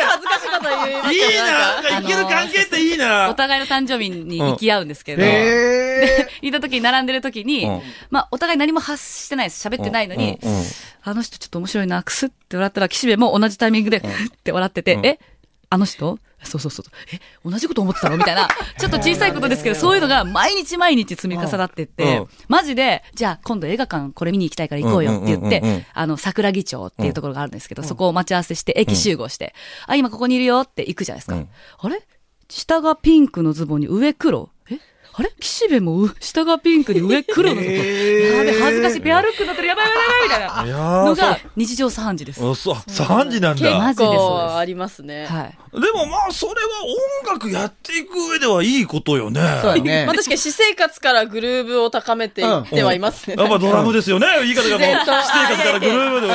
Speaker 7: 恥ずかしいこと言うね。
Speaker 2: いいな、なん
Speaker 7: んか
Speaker 2: かいける関係っていい
Speaker 6: お
Speaker 2: な。
Speaker 6: 互いの誕生日に行き合うんですけど、
Speaker 3: え
Speaker 6: いた時に並んでる時に、
Speaker 2: うん
Speaker 6: まあ、お互い何も発してないです。喋ってないのに、
Speaker 2: うんうん
Speaker 6: あの人ちょっと面白いな、くすって笑ったら、岸辺も同じタイミングで、くって笑ってて、
Speaker 2: うん
Speaker 6: えあの人そうそうそうそう。え同じこと思ってたのみた
Speaker 2: [laughs]
Speaker 6: いな。ちょっと小さいことですけど、そういうのが毎日毎日積み重なってって、
Speaker 2: うん
Speaker 6: マジで、じゃあ今度映画館これ見に行きたいから行こうよって言って、
Speaker 2: うんうんうんうん
Speaker 6: あの、桜木町っていうところがあるんですけど、そこを待ち合わせして、駅集合して、あ、今ここにいるよって行くじゃないですか。
Speaker 2: うん
Speaker 6: あれ下がピンクのズボンに上黒えあれ岸辺もう下がピンクに上黒のズボン。やべ、恥ずかしい。ペアルックになってる。やばいやばいやばいやばいみたい
Speaker 2: い
Speaker 6: な。
Speaker 2: や
Speaker 6: の
Speaker 2: ー
Speaker 6: が日常茶飯事です。
Speaker 2: そう、そう、3時なん
Speaker 7: 結
Speaker 2: だ。
Speaker 6: マジでそうです
Speaker 7: 構ありますね。
Speaker 6: はい。
Speaker 2: でもまあ、それは音楽やっていく上ではいいことよね。
Speaker 3: そうだね
Speaker 7: まあ。確かに私生活からグルーブを高めていってはいますね。
Speaker 2: やっぱドラムですよね、言い方がもう。
Speaker 7: 自然
Speaker 2: 私
Speaker 7: と
Speaker 2: 生活からグルーブでも。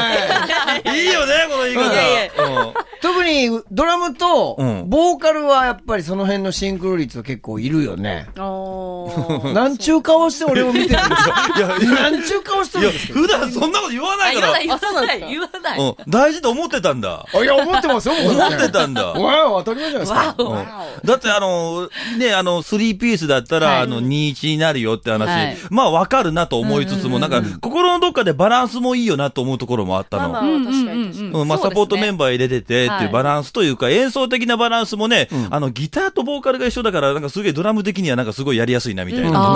Speaker 2: いいよね、この言い
Speaker 7: いやい
Speaker 2: 方。うん
Speaker 3: 特にドラムと
Speaker 2: うん
Speaker 3: ボーカルはやっぱりその辺のシンクロ率結構いるよね。
Speaker 7: [laughs] あー
Speaker 3: なんちゅう顔して俺を見てるんですよ。なんちゅう顔して
Speaker 2: い
Speaker 3: る
Speaker 2: や、
Speaker 3: んですけど。
Speaker 2: 普段そんなこと言わないか
Speaker 6: 言わ
Speaker 2: ら
Speaker 6: ない、。言わない、
Speaker 7: あ
Speaker 6: 言わない。
Speaker 2: うん大事と思ってたんだ。
Speaker 3: あいや、思ってますよ、僕
Speaker 2: 思
Speaker 3: だ
Speaker 2: ってたんだ。
Speaker 3: わあ、当たり前じゃないですか。
Speaker 2: うんだってあの、ね、あの、スリーピースだった
Speaker 6: は
Speaker 2: ら、
Speaker 6: い
Speaker 2: あの、21になるよって
Speaker 6: はい
Speaker 2: 話、まあわかるなと思いつつも、なんか、心のどっかでバランスもいいよなと思うところもあった
Speaker 7: まあまあ
Speaker 2: の。
Speaker 7: 確かに確かに。
Speaker 2: うん、まあ、サポートメン
Speaker 6: バ
Speaker 2: バー入れててっていうバランスというか、演奏的なバランスもね、あの、ギターとボーカルが一緒だから、なんかすげえドラム的にはなんかすごいやりやすいなみたいなと
Speaker 6: うん
Speaker 2: か
Speaker 6: あ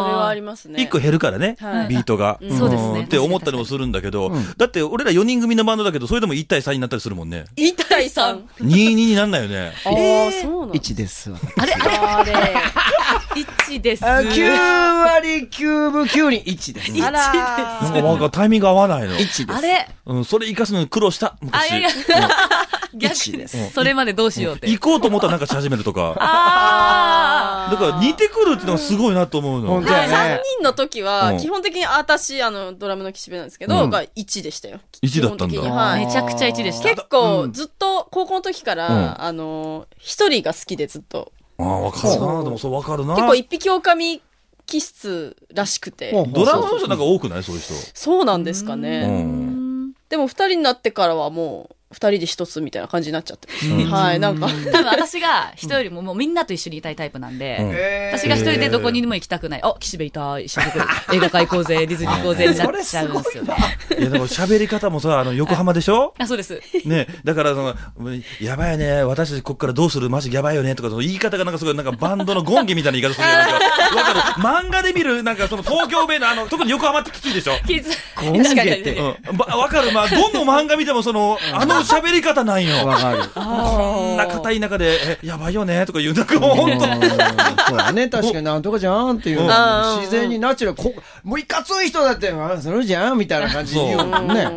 Speaker 6: ー、
Speaker 7: それはありますね。
Speaker 2: 一個減るからね、
Speaker 7: はい
Speaker 2: ビートが。ん
Speaker 6: そうですね
Speaker 2: って思ったりもするんだけど、だって俺ら4人組のバンドだけど、それでも1対3になったりするもんね。
Speaker 7: 一対三。
Speaker 2: 22になんないよね。
Speaker 7: ああ、そうなの
Speaker 3: 1です。
Speaker 6: ー。あれ、あれ、
Speaker 7: あれ。
Speaker 6: 1です。
Speaker 3: 9割9分9に1です。
Speaker 7: あら
Speaker 2: なんかなんかタイミング合わないの。
Speaker 3: 1です。
Speaker 6: あれ、
Speaker 2: うん、それ生かすのに苦労した、
Speaker 6: あ
Speaker 2: 昔。
Speaker 6: れが、逆
Speaker 3: 1
Speaker 6: に
Speaker 3: で、
Speaker 6: それまでどうしようって。
Speaker 2: 行こうと思ったらなんかし始めるとか。
Speaker 6: あ
Speaker 2: だから似てくるってのがすごいなと思うの。
Speaker 3: 本当
Speaker 2: 1
Speaker 3: や
Speaker 7: 3
Speaker 3: ね。
Speaker 7: 人の時は、
Speaker 2: うん
Speaker 7: 基本的に私、あの、ドラムの岸辺なんですけ
Speaker 2: う
Speaker 7: ど、
Speaker 2: ん
Speaker 7: が1でしたよ。
Speaker 2: だったん
Speaker 7: 基
Speaker 2: だ。
Speaker 7: 本的に
Speaker 2: あ
Speaker 7: は
Speaker 6: ー。
Speaker 7: い
Speaker 6: めちゃくちゃ1でした。
Speaker 7: 結構、
Speaker 3: うん
Speaker 7: ずっと、高校の時から、
Speaker 2: うん
Speaker 7: あの、一人が好きでずっと。
Speaker 2: あ、わかるな。でもそうわかるな。
Speaker 7: 結構一匹狼気質らしくて。
Speaker 3: うん
Speaker 2: ドラムの人なんか多くないそういう人。
Speaker 7: そうなんですか
Speaker 2: う
Speaker 7: ね。
Speaker 2: ん。
Speaker 7: でも二人になってからはもう、二人で一つみたいな感じになっちゃってます。はい、なんか。
Speaker 6: 多分私が人よりももうみんなと一緒にいたいタイプなんで、
Speaker 2: うん
Speaker 6: 私が一人でどこにでも行きたくない。あ、岸辺いた、一緒に行こ [laughs] う映画館行こうぜ、ディズニー行こう [laughs] ぜ、になっちゃうんですよね。
Speaker 2: いや、だから喋り方もさ、あの、横浜でしょ
Speaker 6: あ、そうです。
Speaker 2: ね、だからその、やばいよね、私たちここからどうする、マジやばいよねとか、その言い方がなんかすごい、なんかバンドのゴンゲみたいな言い方するよ、なんか、わかる漫画で見る、なんかその東京弁の、あの、特に横浜ってきついでしょ。
Speaker 6: 気づ
Speaker 3: ゴンゲって
Speaker 6: 確かに確かに
Speaker 2: うん、ばわかる、まあ、どの漫画見ても、その、あの喋り方なんよ。
Speaker 3: わかる。
Speaker 2: こんな硬い中で、え、やばいよねとか言う、なんかもう本当
Speaker 3: うんそうだね、確かになんとかじゃんっていうのが
Speaker 7: うん
Speaker 3: 自然にナチュラル、こもういかつい人だって、あそれじゃんみたいな感じで言うもんね。
Speaker 2: だからいい意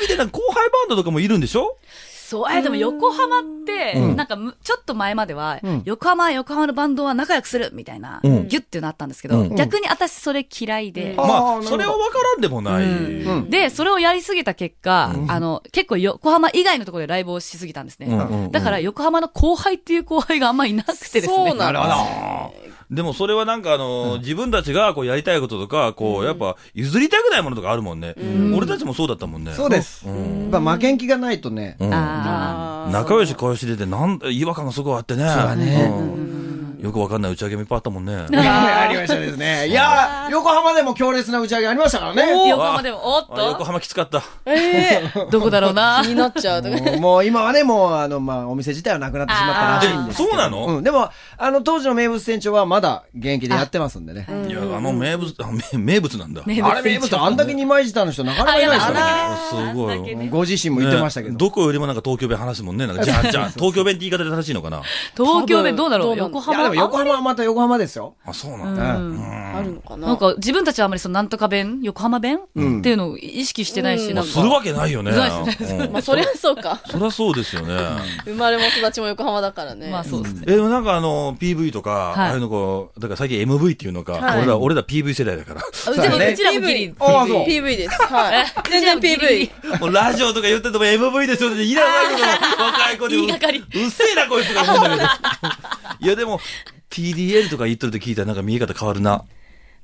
Speaker 2: 味でなんか後輩バンドとかもいるんでしょ
Speaker 6: そう、え、でも横浜って、
Speaker 2: うん
Speaker 6: なんかむ、ちょっと前までは、横浜は横浜のバンドは仲良くするみたいな、
Speaker 2: うん
Speaker 6: ギュッてなったんですけど、
Speaker 2: うん
Speaker 6: 逆に私それ嫌いで、
Speaker 3: あーなる
Speaker 2: まあ、
Speaker 3: ほど
Speaker 2: それはわからんでもない。
Speaker 3: ん
Speaker 6: で、それをやりすぎた結果、あの、結構横浜以外のところでライブをしすぎたんですね。
Speaker 2: うんうんうん
Speaker 6: だから横浜の後輩っていう後輩があんまい [laughs] なくてですね。
Speaker 7: そうなん
Speaker 3: なるほ
Speaker 2: でもそれはなんかあの、自分たちがこうやりたいこととか、こう、やっぱ譲りたくないものとかあるもんね。俺たちもそうだったもんね。
Speaker 3: そうです。やっぱ負けん気がないとね、
Speaker 2: うん
Speaker 6: あ
Speaker 2: 仲良し小良しでて、なん、違和感がすごいあってね。
Speaker 3: だね
Speaker 2: うんよくわかんない打ち上げもいっぱいあったもんね。
Speaker 3: [laughs] ありましたですね。いやー、横浜でも強烈な打ち上げありましたからね。
Speaker 6: 横浜でも、おっ
Speaker 2: あ横
Speaker 6: と
Speaker 2: 浜きつかった。
Speaker 7: ええ
Speaker 6: どこだろうな
Speaker 7: [laughs] 気。になっちゃうとか。
Speaker 3: もうもう今はね、もう、あの、まあ、お店自体はなくなってしまったらしいん
Speaker 2: え
Speaker 3: ですけど。
Speaker 2: そうなの、
Speaker 3: うん、でも、あの、当時の名物店長はまだ現役でやってますんでね。
Speaker 2: いや、あの名物、 [laughs] あ名名物なんだ。
Speaker 6: 名
Speaker 3: あれ名物、あんだけ二枚舌の人なかなかいないですよね。
Speaker 2: あすごい。ね
Speaker 3: ご自身も言ってましたけど。
Speaker 2: どこよりもなんか東京弁話すもんね。なんか、じ [laughs] ゃあ、じゃあ、東京弁って言い方で正しいのかな。
Speaker 6: 東京でどうだろ
Speaker 7: ど
Speaker 6: う
Speaker 7: うなんだ
Speaker 3: いや、でも
Speaker 6: 横浜
Speaker 3: 横浜はまた横浜ですよ。
Speaker 2: あ、そうなん
Speaker 3: う
Speaker 2: だ。
Speaker 3: ん。
Speaker 7: あるのかな
Speaker 6: なんか自分たちはあまりそのなんとか弁、横浜弁、っていうのを意識してないし、
Speaker 7: うん
Speaker 2: ま
Speaker 6: なん
Speaker 2: あ、
Speaker 6: か。
Speaker 2: するわけないよね。
Speaker 6: そうで
Speaker 2: うん
Speaker 7: まあ、そりゃそうか。
Speaker 2: そりゃそうですよね。
Speaker 7: 生まれも育ちも横浜だからね。
Speaker 6: まあそうですね。
Speaker 2: え、でもなんかあの、PV とか、
Speaker 6: はい
Speaker 2: ああいうのこう、だから最近 MV っていうのか、
Speaker 7: はい
Speaker 2: 俺ら、俺ら PV 世代だか
Speaker 7: [laughs]
Speaker 2: ら。
Speaker 6: あ
Speaker 3: そうだ
Speaker 6: で
Speaker 3: ね
Speaker 6: もうちらもギリ。
Speaker 3: ああ、そう。
Speaker 7: PV です。
Speaker 6: [laughs]
Speaker 7: はい。全然 PV。
Speaker 2: もうラジオとか言ってても MV ですよね。いらないとか、若い子で。
Speaker 6: 言いがかり
Speaker 2: ううっせえな、こいつが思うんだけど。いや、でも、TDL とか言っとると聞いたらなんか見え方変わるな。
Speaker 6: [laughs]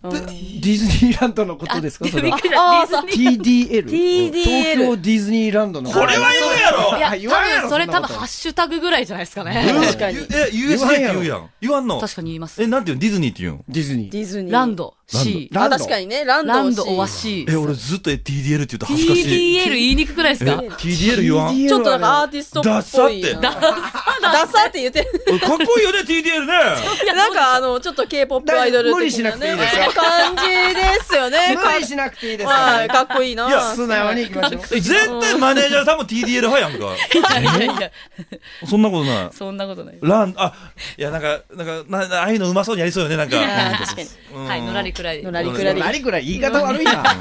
Speaker 3: ディズニーランドのことですかそれは。
Speaker 7: ああ、そう。
Speaker 3: TDL?
Speaker 7: TDL
Speaker 3: 東京ディズニーランドの。
Speaker 2: これは言うやろ
Speaker 6: いや、
Speaker 3: 言わんやろ
Speaker 6: 多分それ
Speaker 3: そんな
Speaker 6: 多
Speaker 3: こ
Speaker 6: 分
Speaker 3: と
Speaker 6: ハッシュタグぐらいじゃないですかね。
Speaker 7: 確かに。
Speaker 2: え、USJ って言うやん。言わんの。
Speaker 6: 確かに言います
Speaker 2: え、。なんて言うのディズニーって言うの
Speaker 3: ディズニー。
Speaker 7: ディズニー。
Speaker 6: ラン。ド、C。
Speaker 3: ラ
Speaker 7: あ、
Speaker 3: ンド
Speaker 7: 確かにね。ランド。
Speaker 6: ランド、オア。シ
Speaker 2: え、
Speaker 6: ー。
Speaker 2: 俺ずっと TDL って言うと恥ずかしい。
Speaker 6: TDL 言いにくくないですか
Speaker 2: え TDL 言わん
Speaker 7: ちょっとなんかアーティストっぽい。
Speaker 2: ダサって
Speaker 7: ダサダサって言ってる。
Speaker 2: 俺かっこいいよね、TDL ね。
Speaker 7: [laughs] なんかあの、ちょっと K-POP アイドル
Speaker 3: 無理
Speaker 7: 的
Speaker 3: しな
Speaker 7: な
Speaker 3: くて
Speaker 7: ね
Speaker 3: いいですよ。
Speaker 7: 感じですよね。
Speaker 3: 無理しなくていいですから
Speaker 7: はい、かっこいいな。
Speaker 2: いや
Speaker 3: 素直に行きましょう。
Speaker 2: 絶対マネージャーさんも TDL 派やんか。
Speaker 6: いやいやいや、
Speaker 2: [laughs] そんなことない。
Speaker 6: そんなことない。
Speaker 2: ラン、あ、いや、なんか、なんか、ななああいうのうまそうにやりそうよね、なんか。
Speaker 7: 確かに。
Speaker 2: うん
Speaker 6: はい、のらりくらい。
Speaker 7: のらりくらり。
Speaker 3: 何くらい言い方悪いな。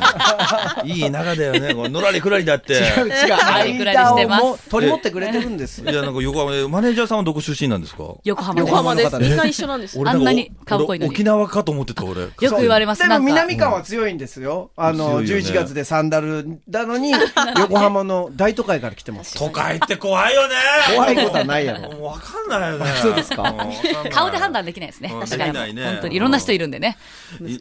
Speaker 2: いい中だよね、これのらりくらりだって。
Speaker 3: 違う違う。
Speaker 6: ありくらいしてます
Speaker 3: 間をも取り持ってくれてるんです
Speaker 2: い
Speaker 3: よ。
Speaker 2: や、なんか横浜で、マネージャーさんはどこ出身なんですか
Speaker 6: 横浜で
Speaker 7: 横
Speaker 6: す。
Speaker 7: 浜です。みんな一緒なんですよ。
Speaker 2: 俺んか
Speaker 6: あんなに顔濃いの
Speaker 2: 俺
Speaker 6: に
Speaker 2: 沖縄かと思ってた、俺。
Speaker 6: よく言われます。
Speaker 3: で
Speaker 6: な
Speaker 3: も
Speaker 6: んか。
Speaker 3: 南感は強いんですよ。あ
Speaker 2: 強
Speaker 3: の、
Speaker 2: いよね
Speaker 3: 11月でサンダルなのに、横浜の大都会から来てます。
Speaker 2: 都会って怖いよね。
Speaker 3: 怖いことはないやろ
Speaker 2: [laughs] もうわかんないよね。
Speaker 3: そうですか
Speaker 2: んわんない
Speaker 6: 顔で判断できないですね。
Speaker 2: うん
Speaker 6: 確かに。
Speaker 2: できないね
Speaker 6: 本当にいろんな人いるんでね。
Speaker 2: い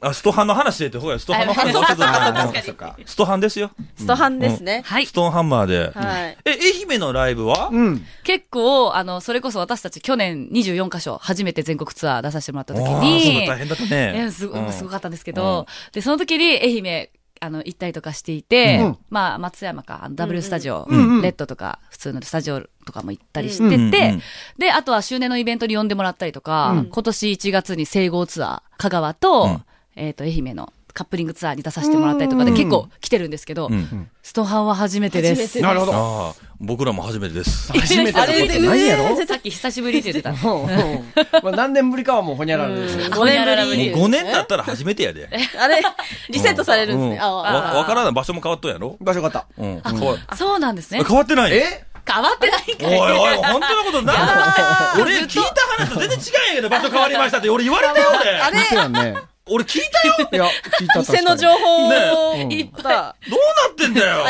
Speaker 2: あ、ストハンの話でって、ほら、ストハンの話
Speaker 6: あそうかそうか
Speaker 2: あ
Speaker 6: そうか
Speaker 2: うんストハンですよ。
Speaker 7: ストハンですね。
Speaker 6: はい
Speaker 2: ス。トーンハンマーで。
Speaker 7: はい。
Speaker 2: え、愛媛のライブは
Speaker 3: うん。
Speaker 6: 結構、あの、それこそ私たち去年24カ所初めて全国ツアー出させてもらった時
Speaker 2: あーそう
Speaker 6: に、
Speaker 2: だ大変だった
Speaker 6: え
Speaker 2: ね。
Speaker 6: すご
Speaker 2: うん
Speaker 6: すごかったんですけど、で、その時に愛媛、あの、行ったりとかしていて、
Speaker 3: うん
Speaker 6: まあ、松山か、あのダブルスタジオ、
Speaker 3: んうん
Speaker 6: レッドとか、普通のスタジオとかも行ったりして
Speaker 2: うん
Speaker 6: て、
Speaker 2: うんうん
Speaker 6: で、あとは周年のイベントに呼んでもらったりとか、今年1月に整合ツアー、香川と、
Speaker 2: うん
Speaker 6: えっ、と、愛媛のカップリングツアーに出させてもらったりとかで、結構来てるんですけど、
Speaker 2: うん
Speaker 6: ストハンは初めてです。
Speaker 7: 初
Speaker 3: [laughs]
Speaker 7: めてですなる
Speaker 3: ほど
Speaker 2: ああ、僕らも初めてです。
Speaker 3: 初めてのことないやろ
Speaker 6: さっき久しぶりって言って
Speaker 3: [laughs]
Speaker 6: た。
Speaker 3: うんうんまあ何年ぶりかはもうほにゃららですよ。
Speaker 6: 5年ぶり
Speaker 7: ほ
Speaker 2: もう
Speaker 7: にゃらら
Speaker 2: 5年
Speaker 6: に。
Speaker 2: 経ったら初めてやで。
Speaker 7: あれ、リセットされるんです
Speaker 2: う
Speaker 7: ね。
Speaker 2: わ
Speaker 7: ああ。
Speaker 2: わからない場所も変わっとんやろ
Speaker 3: 場所よかっ
Speaker 2: うん。変わ
Speaker 6: そうなんですね。
Speaker 2: 変わってない
Speaker 3: た。
Speaker 2: よ
Speaker 3: え
Speaker 6: 変わってないん
Speaker 2: お
Speaker 6: か
Speaker 2: い
Speaker 6: い。
Speaker 2: おい、本当のことなんだ俺聞いた話と全然違うんやけど、場所変わりましたって俺言われたよ、
Speaker 7: あ
Speaker 2: 俺。
Speaker 7: れ
Speaker 3: そうやんね。
Speaker 2: 俺聞いたよ。
Speaker 3: いや、聞いた確か
Speaker 7: 店
Speaker 3: に
Speaker 7: の情報を
Speaker 3: ね
Speaker 7: いっぱい。
Speaker 2: どうなってんだよ。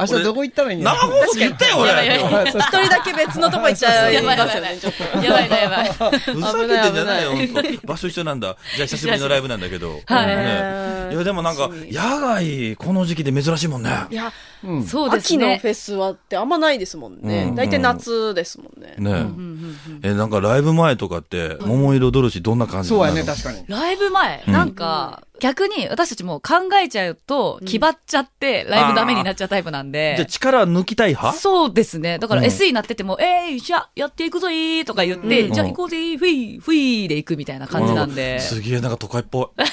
Speaker 3: 明日どこ行ったらいいん
Speaker 2: 生
Speaker 3: や
Speaker 2: 放送で言ったよ、
Speaker 6: やばいやば
Speaker 2: 俺。
Speaker 7: 一人だけ別のとこ行っちゃい
Speaker 6: やばい
Speaker 7: ま
Speaker 6: やば
Speaker 7: す
Speaker 6: い
Speaker 7: よね。ちょっと
Speaker 6: [laughs] やばいなやばい。
Speaker 2: ふざけてんじゃないよ、本当場所一緒なんだ。じゃあ久しぶりのライブなんだけど。
Speaker 6: はい
Speaker 2: ねいや、でもなんか、野外、この時期で珍しいもんね。
Speaker 7: いや、
Speaker 3: [laughs]
Speaker 6: そうです
Speaker 7: 秋の
Speaker 6: ね
Speaker 7: フ。ェスはってあんまないですもん
Speaker 2: う
Speaker 7: ね
Speaker 2: ん。
Speaker 7: 大体夏ですもんね。
Speaker 2: ねえ、なんかライブ前とかって、桃色ドルシどんな感じ
Speaker 3: そうやね、確かに。
Speaker 6: ライブ前、
Speaker 2: うん
Speaker 6: なんか、逆に私たちもう考えちゃうと、気張っちゃって、ライブダメになっちゃうタイプなん
Speaker 2: じゃあ
Speaker 6: で。
Speaker 2: 力抜きたい派
Speaker 6: そうですね。だか
Speaker 2: う
Speaker 6: ら
Speaker 2: ん
Speaker 6: SE になってても、えい、じゃあやっていくぞいーとか言って、
Speaker 2: うん
Speaker 6: じゃあ行こうぜー、ふい、ふいで行くみたいな感じなんで。
Speaker 2: すげえ、なんか都会っぽい。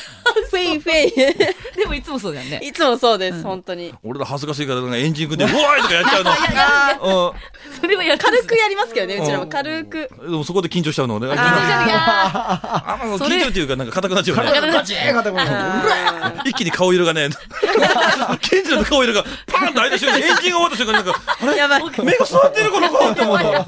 Speaker 7: フェイフェ
Speaker 6: でもいつもそうだよね
Speaker 7: [laughs] イ。。いつもそうです、本当に。
Speaker 2: 俺ら恥ずかしいから、なんかエンジン組んで、うわーいとかやっちゃうの。うん
Speaker 6: それはや
Speaker 7: 軽く
Speaker 6: や
Speaker 7: やりますけどね、うちらも [laughs] 軽く。
Speaker 2: でもそこで緊張しちゃうのね。あんま
Speaker 6: そ
Speaker 2: 聞
Speaker 6: れ
Speaker 2: いてるっていうか、なんか硬くなっちゃうよね。
Speaker 3: ガチーガタゴン
Speaker 2: [laughs] 一気に顔色がね、 [laughs] ケンジの顔色がパーンと開いた瞬間に、エンジンが終わった瞬間になんか、あれ
Speaker 7: やばい。
Speaker 2: 目が座ってるこの子って思うの。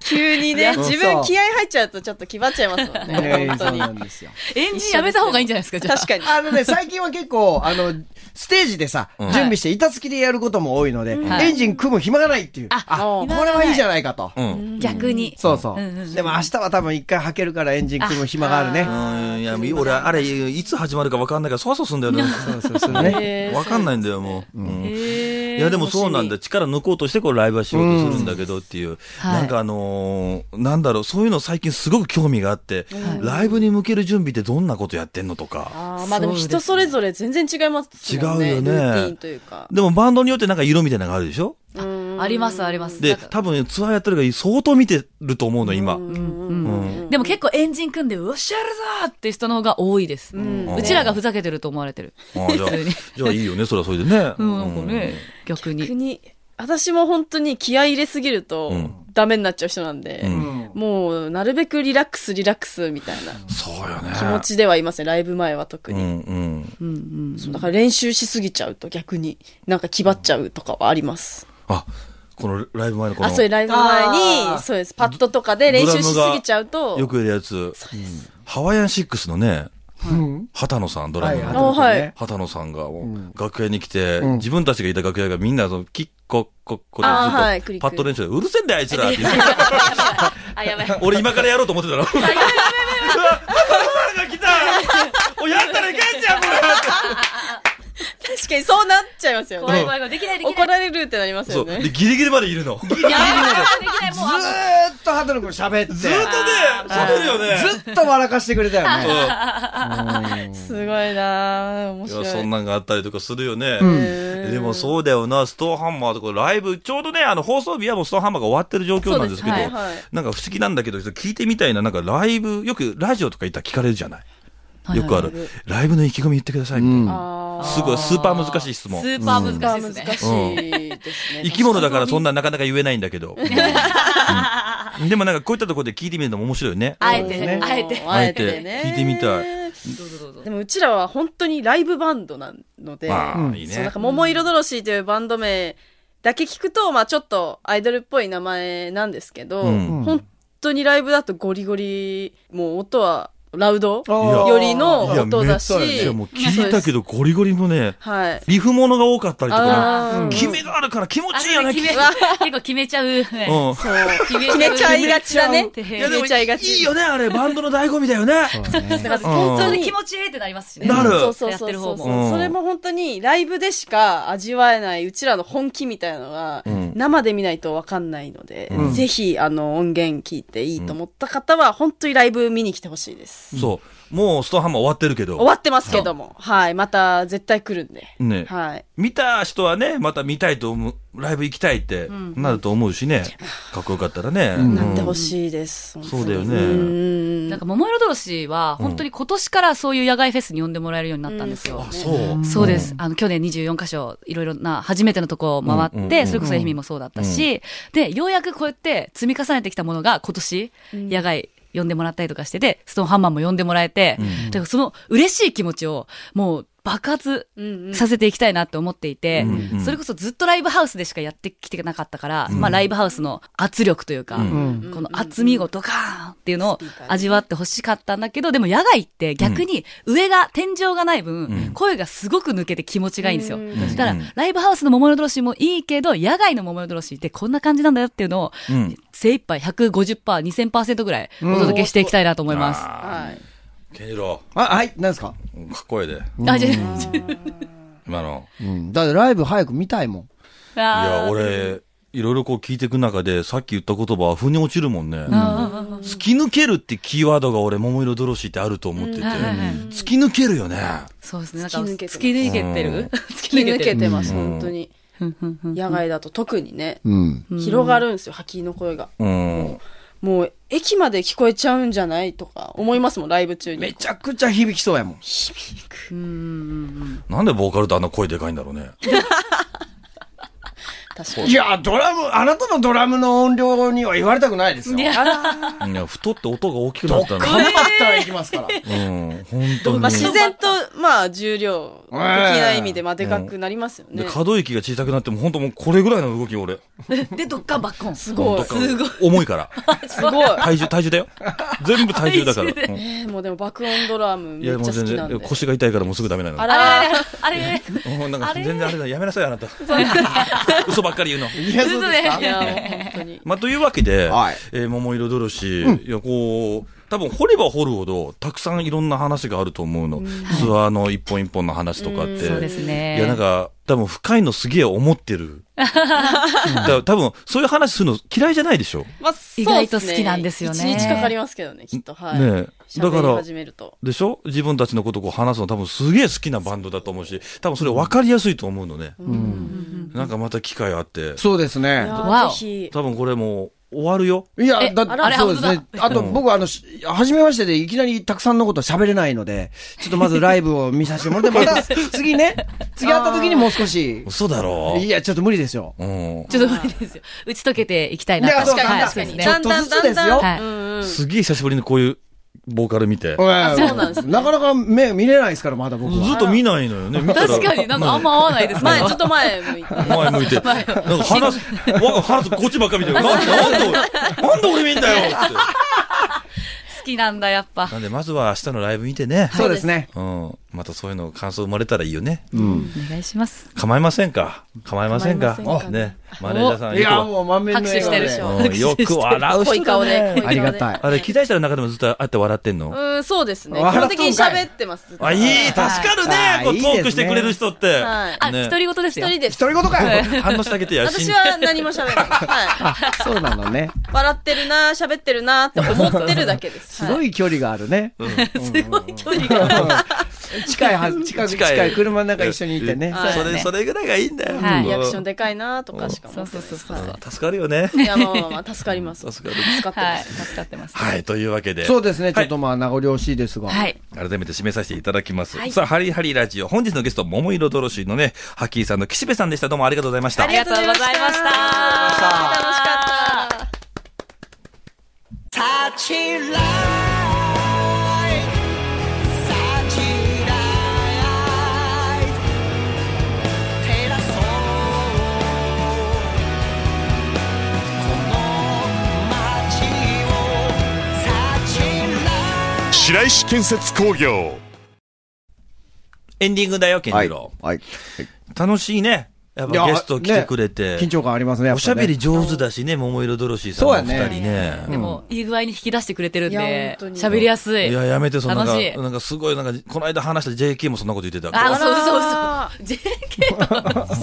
Speaker 7: 急にね、
Speaker 3: そう
Speaker 7: 自分気合入っちゃうとちょっと気張っちゃいますもん
Speaker 3: ね
Speaker 7: ね、本
Speaker 3: そ
Speaker 7: 当
Speaker 3: う
Speaker 7: に
Speaker 3: な。んですよ。
Speaker 6: エンジンやめた方がいいんじゃないですか、じゃあ。
Speaker 7: 確かに。
Speaker 3: あのね、最近は結構、あの、ステージでさ、準備して板付きでやることも多いので、
Speaker 6: はい
Speaker 3: エンジン組む暇がないっていう。あ、こ
Speaker 7: あ
Speaker 3: れはいいじゃないかと。
Speaker 2: うん。
Speaker 6: 逆に。
Speaker 3: そうそう
Speaker 6: うんうん。
Speaker 3: でも明日は多分一回履けるからエンジン組む暇があるね。
Speaker 2: うんいや、俺、あれ、 [laughs] いつ始まるか分かんないから、そわそわすんだよね。
Speaker 3: そうそうそうね。
Speaker 2: 分かんないんだよ、もう。うん
Speaker 6: へー
Speaker 2: いやでもそうなんだ。力抜こうとしてこうライブはしようとするんだけどっていう、
Speaker 6: はい
Speaker 2: なんかあのーなんだろうそういうの最近すごく興味があって、ライブに向ける準備ってどんなことやってんのとか
Speaker 7: ああ、まあでも人それぞれ全然違いますもんね。
Speaker 2: 違うよ
Speaker 7: ル
Speaker 2: ね
Speaker 7: ーティンというか。
Speaker 2: でもバンドによってなんか色みたいなのがあるでしょ
Speaker 6: ありますあります。
Speaker 2: で
Speaker 6: なんか
Speaker 2: 多分ツアーやってるから相当見てると思うの今、
Speaker 6: うんでも結構エンジン組んで、うっしゃるぞーって人の方が多いです。うちらがふざけてると思われてる。
Speaker 2: ああじゃ
Speaker 6: [laughs]
Speaker 2: あ
Speaker 6: 普通に
Speaker 2: じゃあいいよねそれはそれでね、
Speaker 6: うん、なんかね、逆に。
Speaker 7: 国、私も本当に気合い入れすぎると
Speaker 2: うん
Speaker 7: ダメになっちゃう人なんで、
Speaker 2: うん
Speaker 7: もうなるべくリラックスリラックスみたいな
Speaker 2: そうよね
Speaker 7: 気持ちではいますね、ライブ前は特
Speaker 2: う
Speaker 7: に。
Speaker 2: んうん
Speaker 6: うんうん。
Speaker 7: そうだから練習しすぎちゃうと逆になんか気張っちゃうとかはあります。
Speaker 2: あこのライブ前のこ
Speaker 7: あ、そういう
Speaker 2: の
Speaker 7: ライブ前
Speaker 6: あ
Speaker 7: に、そうです。パッドとかで練習しすぎちゃうと、
Speaker 2: よくやるやつハワイアンシックスのね畑野さんドラムの、
Speaker 7: いあはい
Speaker 2: 畑野さんがもう楽屋に来て、自分たちがいた楽屋がみんなそのキッコッコッコでず
Speaker 7: あーはい
Speaker 2: っ
Speaker 7: クリッ
Speaker 2: と
Speaker 7: ク
Speaker 2: パッド練習でうるせえんだよあいつらって言って
Speaker 6: あ、やばい。
Speaker 2: 俺今からやろうと思ってたろうわ畑野さんが来たおやったらいかんじゃんこ
Speaker 7: 確かにそうなっちゃいますよ
Speaker 6: 怖い
Speaker 7: ね。
Speaker 6: 怖い怖い。できないで
Speaker 7: [laughs]
Speaker 6: き
Speaker 7: 怒
Speaker 6: な
Speaker 7: ら
Speaker 6: い。
Speaker 7: れるってなります
Speaker 2: れそ
Speaker 7: よ
Speaker 2: う
Speaker 7: ね。
Speaker 2: でギリギリまでいるのずーっとね
Speaker 6: やばいできない。もうあの、
Speaker 3: ーっとハトル君喋って。ず
Speaker 2: 喋るよね
Speaker 3: っと笑かしてくれたよ
Speaker 2: う
Speaker 3: ね。
Speaker 2: ん
Speaker 7: すごいなぁ。面
Speaker 2: いや、
Speaker 7: 白い。
Speaker 2: そんなんがあったりとかするよね。
Speaker 7: ん
Speaker 2: でもそうだよな、ストーンハンマーとかライブ、ちょうどね、あの、放送日はもうストーンハンマーが終わってる状況なんですけど、
Speaker 6: そう
Speaker 7: ですはいはい
Speaker 2: なんか不思議なんだけど、聞いてみたいな、なんかライブ、よくラジオとか行ったら聞かれるじゃない。よくある。ライブの意気込み言ってください、みたいな。
Speaker 7: あ
Speaker 2: すごい、スーパー難しい質
Speaker 6: ス
Speaker 2: 問。
Speaker 6: ーパー
Speaker 7: ー
Speaker 6: 難しいです
Speaker 7: 難
Speaker 6: ね。
Speaker 7: しいですね。
Speaker 2: 生き物だからそんななかなか言えないんだけど。うんでもなんかこういったところで聞いてみるのも面白いよね。
Speaker 6: あえ
Speaker 7: 確
Speaker 6: て
Speaker 7: かに
Speaker 6: ね、あえて。
Speaker 7: うんあえてね。
Speaker 2: 聞いてみたい。
Speaker 6: どうぞどうぞ。
Speaker 7: でもうちらは本当にライブバンドなので、
Speaker 2: まあ、いい
Speaker 7: そう、なん
Speaker 2: ね
Speaker 7: か、。桃色魂というバンド名だけ聞くと、まあちょっとアイドルっぽい名前なんですけど、
Speaker 2: うん
Speaker 7: 本当にライブだとゴリゴリ、もう音はラウド
Speaker 3: あー
Speaker 7: よりの
Speaker 2: いや、
Speaker 7: 音
Speaker 2: めっ
Speaker 7: だ
Speaker 2: ちゃいいい
Speaker 7: し
Speaker 2: や、もう、聞いたけどゴリゴリのね、
Speaker 7: はい。
Speaker 2: リフものが多かったりとか、
Speaker 7: あー
Speaker 2: キメがあるから気持
Speaker 6: あ
Speaker 2: ちいいよね。
Speaker 6: 決め、
Speaker 2: き
Speaker 6: 結構決めちゃう。
Speaker 2: うん。
Speaker 7: そう。
Speaker 6: 決め
Speaker 7: 決めちゃいがちだね。
Speaker 6: 決めちゃう
Speaker 7: 決めちゃいがち。
Speaker 2: いいよね、あれ、バンドの醍醐味だよね。
Speaker 6: だから
Speaker 2: うん
Speaker 6: それで気持ちいいってなりますしね。
Speaker 2: なる
Speaker 7: そうそう
Speaker 6: やっ
Speaker 7: そう
Speaker 6: てる
Speaker 7: そ
Speaker 6: 方
Speaker 7: う
Speaker 6: も
Speaker 7: そう、
Speaker 2: うん
Speaker 7: それも本当にライブでしか味わえないうちらの本気みたいなのが、
Speaker 2: ん
Speaker 7: 生で見ないとわかんないので、
Speaker 2: うん
Speaker 7: ぜひあの音源聞いていいと思った方は、本当にライブ見に来てほしいです、
Speaker 2: そう。もう、ストーンハンマー終わってるけ
Speaker 7: 終わ
Speaker 2: ど。
Speaker 7: ってますけども、はいまた絶対来るんで、
Speaker 2: ね。
Speaker 7: はい
Speaker 2: 見た人はね、また見たいと思う、ライブ行きたいってなると思うしね。かっこよかったらね。うん
Speaker 7: なってほしいです、
Speaker 2: そうだよね
Speaker 7: ね
Speaker 6: なんか、桃色同士は、本当に今年からそういう野外フェスに呼んでもらえるようになったんですよ。
Speaker 2: あ、そう。
Speaker 6: そうです。あの、去年24箇所、いろいろな、初めてのとこを回って、
Speaker 2: うんうんうん
Speaker 6: それこそ愛媛もそうだったし、で、ようやくこうやって積み重ねてきたものが今年、野外、呼んでもらったりとかしてて、ストーンハンマーも呼んでもらえて、だからその嬉しい気持ちを、もう爆発させていきたいなって思っていて、
Speaker 2: うんうん
Speaker 6: それこそずっとライブハウスでしかやってきてなかったから、まあライブハウスの圧力というか、この厚みをドカーンっていうのを味わってほしかったんだけど、でも野外って逆に上が、天井がない分、声がすごく抜けて気持ちがいいんですよ。だから、ライブハウスの桃色ドロシーもいいけど、野外の桃色ドロシーってこんな感じなんだよっていうのを、
Speaker 2: うん
Speaker 6: 精一杯150%、2000%ぐらいお届けしていきたいなと思います。
Speaker 7: はい、
Speaker 2: ケンジロ
Speaker 3: あ、はい、何ですか
Speaker 2: ー、かっこいいで。
Speaker 6: あ、じゃ
Speaker 2: 今の。
Speaker 3: うん。だってライブ早く見たいもん。
Speaker 2: い
Speaker 6: あ、
Speaker 2: や、俺、いろいろこう聞いていく中で、さっき言った言葉は腑に落ちるもんね。突き抜けるってキーワードが俺、桃色ドロシーってあると思ってて、突き抜けるよね。
Speaker 6: そうですね。なんか、
Speaker 7: 突き抜けてる
Speaker 6: 突き抜け
Speaker 7: 突
Speaker 2: うん
Speaker 6: てる [laughs] 突
Speaker 7: き抜け
Speaker 6: る
Speaker 7: てます、本当に野外だと特にね、
Speaker 3: うん。
Speaker 7: 広がるんですよ吐きの声が
Speaker 2: うん。
Speaker 7: もう駅まで聞こえちゃうんじゃないとか思いますもんライブ中に
Speaker 3: めちゃくちゃ響きそうやもん。
Speaker 2: なんでボーカルってあんな声でかいんだろうね。
Speaker 7: 確かに
Speaker 3: いや、ドラム、あなたのドラムの音量には言われたくないですよ。
Speaker 6: いや
Speaker 2: いや、太って音が大きくなったんだ。
Speaker 3: 頑張ったら行きますから。
Speaker 2: うん、本当に。
Speaker 7: まあ、自然と、まあ、重量的な意味で、まあ、でかくなりますよ
Speaker 2: で、
Speaker 7: ね。
Speaker 2: 可動域が小さくなっても、本当もうこれぐらいの動き、俺。
Speaker 6: で、ドッカンバッコン。す
Speaker 7: すごい。す
Speaker 2: すごい。重いから。
Speaker 7: ごい。
Speaker 2: 体重、体重
Speaker 7: [laughs]
Speaker 2: だよ。全部体重だから。
Speaker 6: 体
Speaker 2: うん
Speaker 7: えーもうでも爆音ドラム
Speaker 2: い
Speaker 7: めっちゃ
Speaker 2: や、も
Speaker 7: 好
Speaker 2: う全
Speaker 7: きなんで。
Speaker 2: 然、腰が痛いからもうすぐダメなの
Speaker 7: あ。
Speaker 6: あ
Speaker 7: ら
Speaker 6: れあれあれ
Speaker 2: うんなんか
Speaker 6: あれ
Speaker 2: 全然あれだ、やめなさい、あ
Speaker 7: [laughs]
Speaker 2: なた。嘘ばっかり言うの。
Speaker 3: いや、そうですか
Speaker 7: いや、もう本当に。
Speaker 2: まあ、というわけで、
Speaker 3: はい
Speaker 2: えー桃色ドロシー、いや、こう、多分掘れば掘るほど、たくさんいろんな話があると思うの。ツアーの一本一本の話とかって。
Speaker 6: そうですね。
Speaker 2: いや、なんか、多分深いのすげえ思っ
Speaker 7: [laughs]
Speaker 2: てる。だから多分、そういう話するの嫌いじゃないでしょ。
Speaker 7: まあ、そう
Speaker 6: 意外と好きなんですよね
Speaker 7: 一日かかりますけどね、きっと。はい。
Speaker 2: ねえだ
Speaker 7: だ
Speaker 2: か
Speaker 7: からら。始めると。
Speaker 2: でしょ自分たちのことをこう話すの多分すげえ好きなバンドだと思うし、多分それ分かりやすいと思うのね。なんかまた機会あって。
Speaker 3: そうです
Speaker 7: い
Speaker 3: ね
Speaker 7: や。
Speaker 6: わ
Speaker 7: ー
Speaker 6: お
Speaker 7: ぜひ。
Speaker 2: 多分これもう終わるよ。
Speaker 3: いや、
Speaker 6: え
Speaker 3: だ
Speaker 6: あれ
Speaker 3: そうですね。あと、
Speaker 2: うん
Speaker 3: 僕、あの、し初めましてで、いきなりたくさんのこと喋れないので、ちょっとまずライブを見させてもらって、また、次ね、次会った時にもう
Speaker 2: [laughs]
Speaker 3: 少し。
Speaker 2: 嘘だろ。
Speaker 3: いや、ちょっと無理ですよ。
Speaker 2: うん。
Speaker 6: ちょっと無理ですよ。打ち解けていきたいなと。
Speaker 3: いやそう
Speaker 6: はい
Speaker 3: 頑張って
Speaker 6: そうですね
Speaker 3: ちょっとずつですよ。
Speaker 6: はい
Speaker 2: すげえ久しぶりにこういうボーカル見て。
Speaker 3: あ
Speaker 7: そうなんです
Speaker 3: なかなか目見れないですから、まだ僕
Speaker 2: ず
Speaker 3: は。
Speaker 2: っと見ないのよね。見たら
Speaker 6: 確かになんかあんま合わないですね。
Speaker 7: 前、ちょっと前向いて。
Speaker 2: 前向いて。なんか話す、我が話すこっちばっか見てる。なんで、なんで俺、なんで俺見んだよって。
Speaker 6: 好きなんだ、やっぱ。
Speaker 2: なんで、まずは明日のライブ見てね。
Speaker 3: [laughs] そうですね。
Speaker 2: うん。またそういうの感想生まれたらいいよね。
Speaker 6: お願いします。
Speaker 2: 構いませんか構いませんか
Speaker 7: 構いませんか
Speaker 2: ね。マネージャーさん、
Speaker 3: いや、もう満面の
Speaker 6: 拍手
Speaker 3: 笑
Speaker 6: し
Speaker 3: 顔
Speaker 6: て
Speaker 3: で
Speaker 6: るでしょ。
Speaker 2: うんよく笑う
Speaker 7: 濃い
Speaker 2: 人だ
Speaker 7: 顔で。
Speaker 2: ね。
Speaker 7: 濃
Speaker 3: ありが
Speaker 7: い顔
Speaker 3: たい
Speaker 7: で。
Speaker 2: あれ、期待したら中でもずっと会って笑ってん
Speaker 7: う
Speaker 2: の
Speaker 7: ーん、そうですね。基
Speaker 3: 笑
Speaker 7: 本
Speaker 3: っ
Speaker 7: 的
Speaker 3: と
Speaker 7: に
Speaker 3: んかい
Speaker 7: 喋ってます。
Speaker 2: あ、いい助かるね
Speaker 3: はい
Speaker 2: こう
Speaker 3: いい
Speaker 2: ト
Speaker 3: ですね
Speaker 2: ークしてくれる人って。
Speaker 7: はい
Speaker 6: あ、
Speaker 2: ね
Speaker 6: 独り言です
Speaker 7: 一
Speaker 6: よ。
Speaker 7: 人で
Speaker 3: 一
Speaker 7: す。
Speaker 3: 人ごとか [laughs] よ。
Speaker 2: 反応してあげてや
Speaker 7: 私は何も喋らない。はい。
Speaker 3: そうなのね。
Speaker 7: 笑ってるな、喋ってるなって思ってるだけです。
Speaker 3: [laughs] すご
Speaker 7: い。
Speaker 3: い距離があるね。
Speaker 6: 距離が。
Speaker 3: 近いはず、近く、近い車の中一緒にいてね。
Speaker 2: それ、それぐらいがいいんだよ。
Speaker 6: はい
Speaker 7: リアクション
Speaker 2: うん
Speaker 7: でかいなとかしか思って
Speaker 6: そう
Speaker 7: ない
Speaker 6: そうそうそう。
Speaker 2: 助かるよね。
Speaker 7: いや、まあまあまあ、助かります。
Speaker 2: 助かる
Speaker 7: 助かって
Speaker 6: は
Speaker 7: ま
Speaker 6: い。
Speaker 7: す。
Speaker 6: 助かってます。
Speaker 2: はい、というわけで。
Speaker 3: そうですね、ちょっとまあ、名残惜しいですが。
Speaker 6: はい。
Speaker 2: 改めて締めさせていただきます。さあ、ハリハリラジオ、本日のゲスト、桃色ドロシーのね、ハッキーさんの岸辺さんでした。どうもありがとうございました。
Speaker 6: ありがとうございました。楽しかった。
Speaker 5: 白石建設工業
Speaker 2: エンディングだよ、ケン
Speaker 3: は
Speaker 2: ジ
Speaker 3: い。
Speaker 2: ロ
Speaker 3: はい
Speaker 2: ー。楽しいね。やっ
Speaker 3: いや
Speaker 2: ぱゲスト来てくれて。
Speaker 3: 緊張感ありますね、やっ
Speaker 2: お
Speaker 3: ぱ
Speaker 2: しゃべり
Speaker 3: ね。
Speaker 2: 上手だしね、桃色ドロシーさんのお
Speaker 3: そうや
Speaker 2: 二人ね。
Speaker 6: でも、いい具合に引き出してくれてるん
Speaker 7: いや
Speaker 6: で
Speaker 7: 本、当に
Speaker 6: 喋りやすい。
Speaker 2: いや、やめて、そんな、なん
Speaker 6: 楽しい
Speaker 2: かなんかすごい、なんか、この間話した JK もそんなこと言ってたから。
Speaker 6: あ、
Speaker 7: ら
Speaker 6: そうそうそう。JK と
Speaker 7: なんか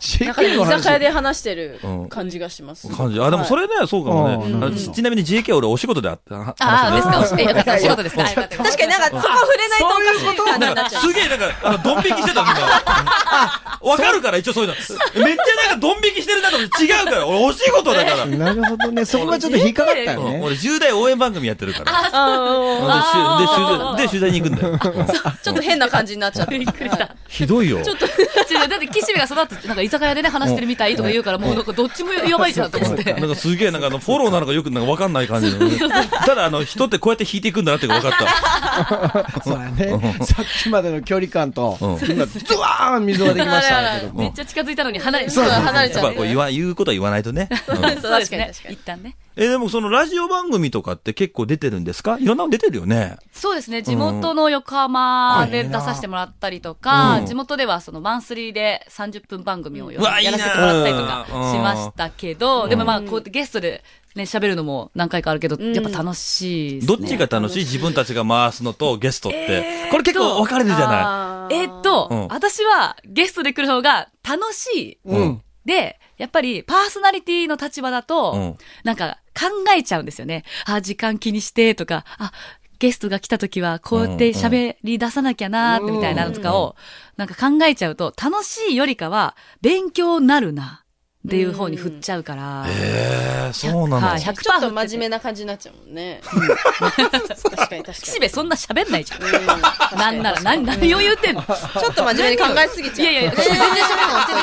Speaker 3: JK の
Speaker 7: 居酒屋
Speaker 3: 話。
Speaker 7: で話してる
Speaker 2: うん
Speaker 7: 感じがします。
Speaker 2: 感じ。あ、でもそれね、そうかも
Speaker 3: うん
Speaker 2: ね。あちちなみに JK は俺お仕事であった。話して
Speaker 6: ああ、ですか、お仕えよかったお仕事ですか。
Speaker 7: 確かになんか、そこ触れないとおかしい感じ
Speaker 2: な
Speaker 7: に
Speaker 2: ん
Speaker 7: な
Speaker 2: か、
Speaker 7: っちゃ
Speaker 2: [laughs] すげえ、なんか、あの、ドン引きしてた、
Speaker 3: [laughs]
Speaker 2: みんな。わかるから、一応そういうの。めっちゃなんか、ドン引きしてるなと思って違うから、俺、お仕事だから。
Speaker 3: なるほどね、そこがちょっと引っかかったよ
Speaker 2: うん [laughs]
Speaker 3: ね。
Speaker 2: 俺、10代応援番組やってるか
Speaker 7: う。
Speaker 2: ら。
Speaker 7: あ
Speaker 2: で、しゅで取材で、取材に行くんだ
Speaker 3: [laughs]
Speaker 2: よ。
Speaker 7: ーちょっと変な感じになっちゃった。びっくりした。
Speaker 2: ひどいよ。
Speaker 6: [laughs] 違うだって岸辺がその後、なんか居酒屋でね、話してるみたいとか言うから、もうなんかどっちもやばいじゃんと思って。
Speaker 2: なんかすげえ、なんかあの、フォローなのかよくなんかわかんない感じのね。ただ、あの、人ってこうやって引いていくんだなって分かった。
Speaker 3: そうやね。さっきまでの距離感と、今、ズワーン溝ができましたけども。
Speaker 6: めっちゃ近づいたのに離れ、
Speaker 7: そう離れち
Speaker 2: やっ
Speaker 7: ゃ
Speaker 2: ぱ
Speaker 7: う。
Speaker 2: こう言わ、言うことは言わないとね。うん
Speaker 7: そう
Speaker 6: そうで
Speaker 7: 確
Speaker 6: す
Speaker 7: かに
Speaker 6: ね
Speaker 7: 確か。
Speaker 6: 一
Speaker 7: に。
Speaker 6: 旦ね。
Speaker 2: え、でもそのラジオ番組とかって結構出てるんですかいろんなの出てるよね。
Speaker 6: そうですね。地元の横浜で出させてもらったりとか、
Speaker 2: うん
Speaker 6: 地元ではそのマンスリーで30分番組をや
Speaker 2: うわいい
Speaker 6: や
Speaker 2: な
Speaker 6: らせてもらったりとかしましたけど、でもまあこうやってゲストでね、喋るのも何回かあるけど、やっぱ楽しいです
Speaker 2: ど
Speaker 6: ね。
Speaker 2: っちが楽しい自分たちが回すのとゲストって。これ結構分かれるじゃない
Speaker 7: あー
Speaker 6: えっと、
Speaker 2: うん
Speaker 6: 私はゲストで来る方が楽しい。
Speaker 3: うん。
Speaker 6: で、やっぱりパーソナリティの立場だと、
Speaker 2: うん
Speaker 6: なんか考えちゃうんですよね。あ、時間気にしてとか、あ、ゲストが来た時はこうやって喋り出さなきゃなーってみたいなのとかを、なんか考えちゃうと、楽しいよりかは勉強になるなっていう方に振っちゃうから。
Speaker 2: えー、そうなの。
Speaker 6: はい、100%
Speaker 7: ちょっと真
Speaker 6: 振って
Speaker 7: 面
Speaker 6: て
Speaker 7: 目な感じになっちゃうもんね。確かに確か
Speaker 6: 岸
Speaker 7: に。
Speaker 6: 辺そんな喋んないじゃん。
Speaker 7: うん [laughs] 確かに
Speaker 6: なんなら、何、何を言ってんの
Speaker 7: ちょっと真面目に考えすぎちゃう。
Speaker 6: いやいや
Speaker 7: 全然喋ら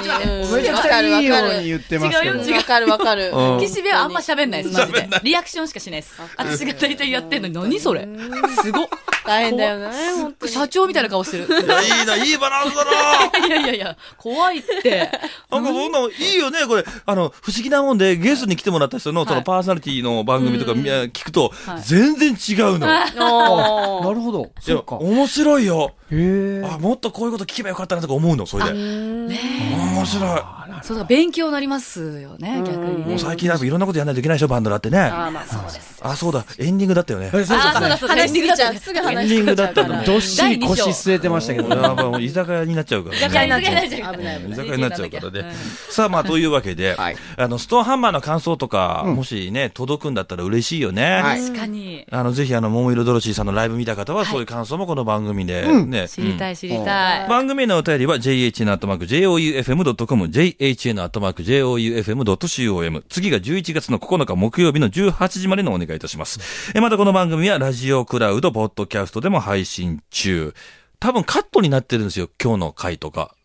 Speaker 7: ない。
Speaker 3: めちゃくちゃいいように言ってますけ
Speaker 6: 違う
Speaker 3: ど
Speaker 6: よ。
Speaker 7: わかるわかる。
Speaker 2: うん
Speaker 6: 岸辺はあんま喋んないです、マジ
Speaker 2: 喋
Speaker 6: で
Speaker 2: んな。
Speaker 6: リアクションしかしないです。私が大体やってんのに、何それすごっ。
Speaker 7: 大変だよね。本当に
Speaker 6: 社長みたいな顔してる。
Speaker 2: いや、いいな、いいバランスだな。
Speaker 6: いやいやいや、怖いって。
Speaker 2: なんかそんなのいいよね、これ。あの、不思議なもんで、ゲストに来てもらった人の、そのパーソナリティの番組とかみ聞くと
Speaker 6: い、
Speaker 2: 全然違うの。い
Speaker 7: おー
Speaker 3: なるほど。そ
Speaker 2: や
Speaker 3: うか。
Speaker 2: 面白いよ。
Speaker 3: へえ。
Speaker 2: あ、もっとこういうこと聞けばよかったなとか思うの、それで。
Speaker 6: ね
Speaker 2: 面白
Speaker 6: えそうだ、勉強になりますよね、逆に
Speaker 2: い。も
Speaker 6: ね
Speaker 2: う。最近なんかいろんなことやらないといけないでしょ、バンドだってね。あ、
Speaker 7: あーまあそうです。
Speaker 2: そうだ、エンディングだったよね。
Speaker 3: えそうそう
Speaker 6: あー、そうだ、そうだ、
Speaker 7: 話しすぎちゃう。
Speaker 6: エンディン
Speaker 7: す
Speaker 6: グだ
Speaker 7: ぐ話しすぎちゃうか
Speaker 2: エンディングだ
Speaker 7: ら
Speaker 2: った。
Speaker 3: どっしり腰
Speaker 6: 第二章
Speaker 3: 据えてましたけど
Speaker 2: 俺は
Speaker 3: ね。
Speaker 2: もう居酒屋になっちゃうから、ね。
Speaker 6: だから
Speaker 7: 居酒屋になっ
Speaker 6: ちゃう
Speaker 7: 危ない危
Speaker 2: 居
Speaker 7: ない。
Speaker 2: 酒屋になっちゃうからね。
Speaker 6: うん
Speaker 2: さあ、まあ、というわけで、
Speaker 3: はい
Speaker 2: あの、ストーンハンマーの感想とか、もしね、届くんだったら嬉しいよね。
Speaker 3: はい
Speaker 6: 確かに。
Speaker 2: あの、ぜひ、あの、桃色ドロシーさんのライブ見た方は、そういう感想もこの番組で、ね。
Speaker 6: 知りたい、知り
Speaker 2: う
Speaker 6: た
Speaker 2: ん
Speaker 6: い。
Speaker 2: 番組へのお便りは jhn.joufm.com、jhn.joufm.com、次が11月の9日木曜日の18時までのお願いいたします。えまたこの番組はラジオクラウド、ポッドキャストでも配信中。多分カットになってるんですよ、今日の回とか。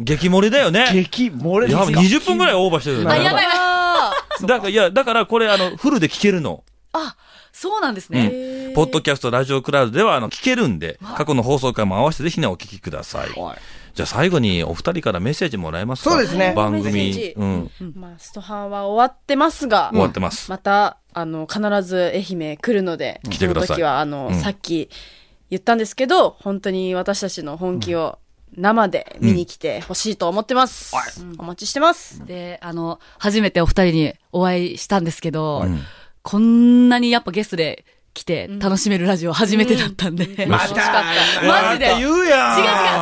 Speaker 2: 激盛りだよね。
Speaker 3: 激漏れで
Speaker 2: やば
Speaker 3: す
Speaker 2: い
Speaker 3: か
Speaker 2: 20分ぐらいオーバーしてるよね。
Speaker 6: あ、やばいやばい。
Speaker 2: だから、いや、だからこれ、あの、フルで聞けるの。
Speaker 6: あ、そうなんです
Speaker 2: う
Speaker 6: ね。
Speaker 2: ん。ポッドキャスト、ラジオクラウドでは、あの、聞けるんで、過去の放送回も合わせてぜひね、お聞きください。
Speaker 3: はい
Speaker 2: じゃあ最後にお二人からメッセージもらえますか
Speaker 3: そうですね
Speaker 2: 番
Speaker 7: メッ
Speaker 2: 組
Speaker 7: セージ。
Speaker 2: うん。
Speaker 7: まあ、ストハンは終わってますが、
Speaker 2: 終わってます。
Speaker 7: また、あの、必ず愛媛来るので、
Speaker 2: 来てください
Speaker 7: その時は、あの、
Speaker 2: うん
Speaker 7: さっき言ったんですけど、本当に私たちの本気を生で見に来てほしいと思ってます。うんお待ちしてます。
Speaker 6: で、あの、初めてお二人にお会いしたんですけど
Speaker 2: ん、
Speaker 6: こんなにやっぱゲストで来て楽しめるラジオ初めてだったんで。
Speaker 2: ま
Speaker 7: 楽しかった。
Speaker 6: マジで。違う違う。
Speaker 2: うやん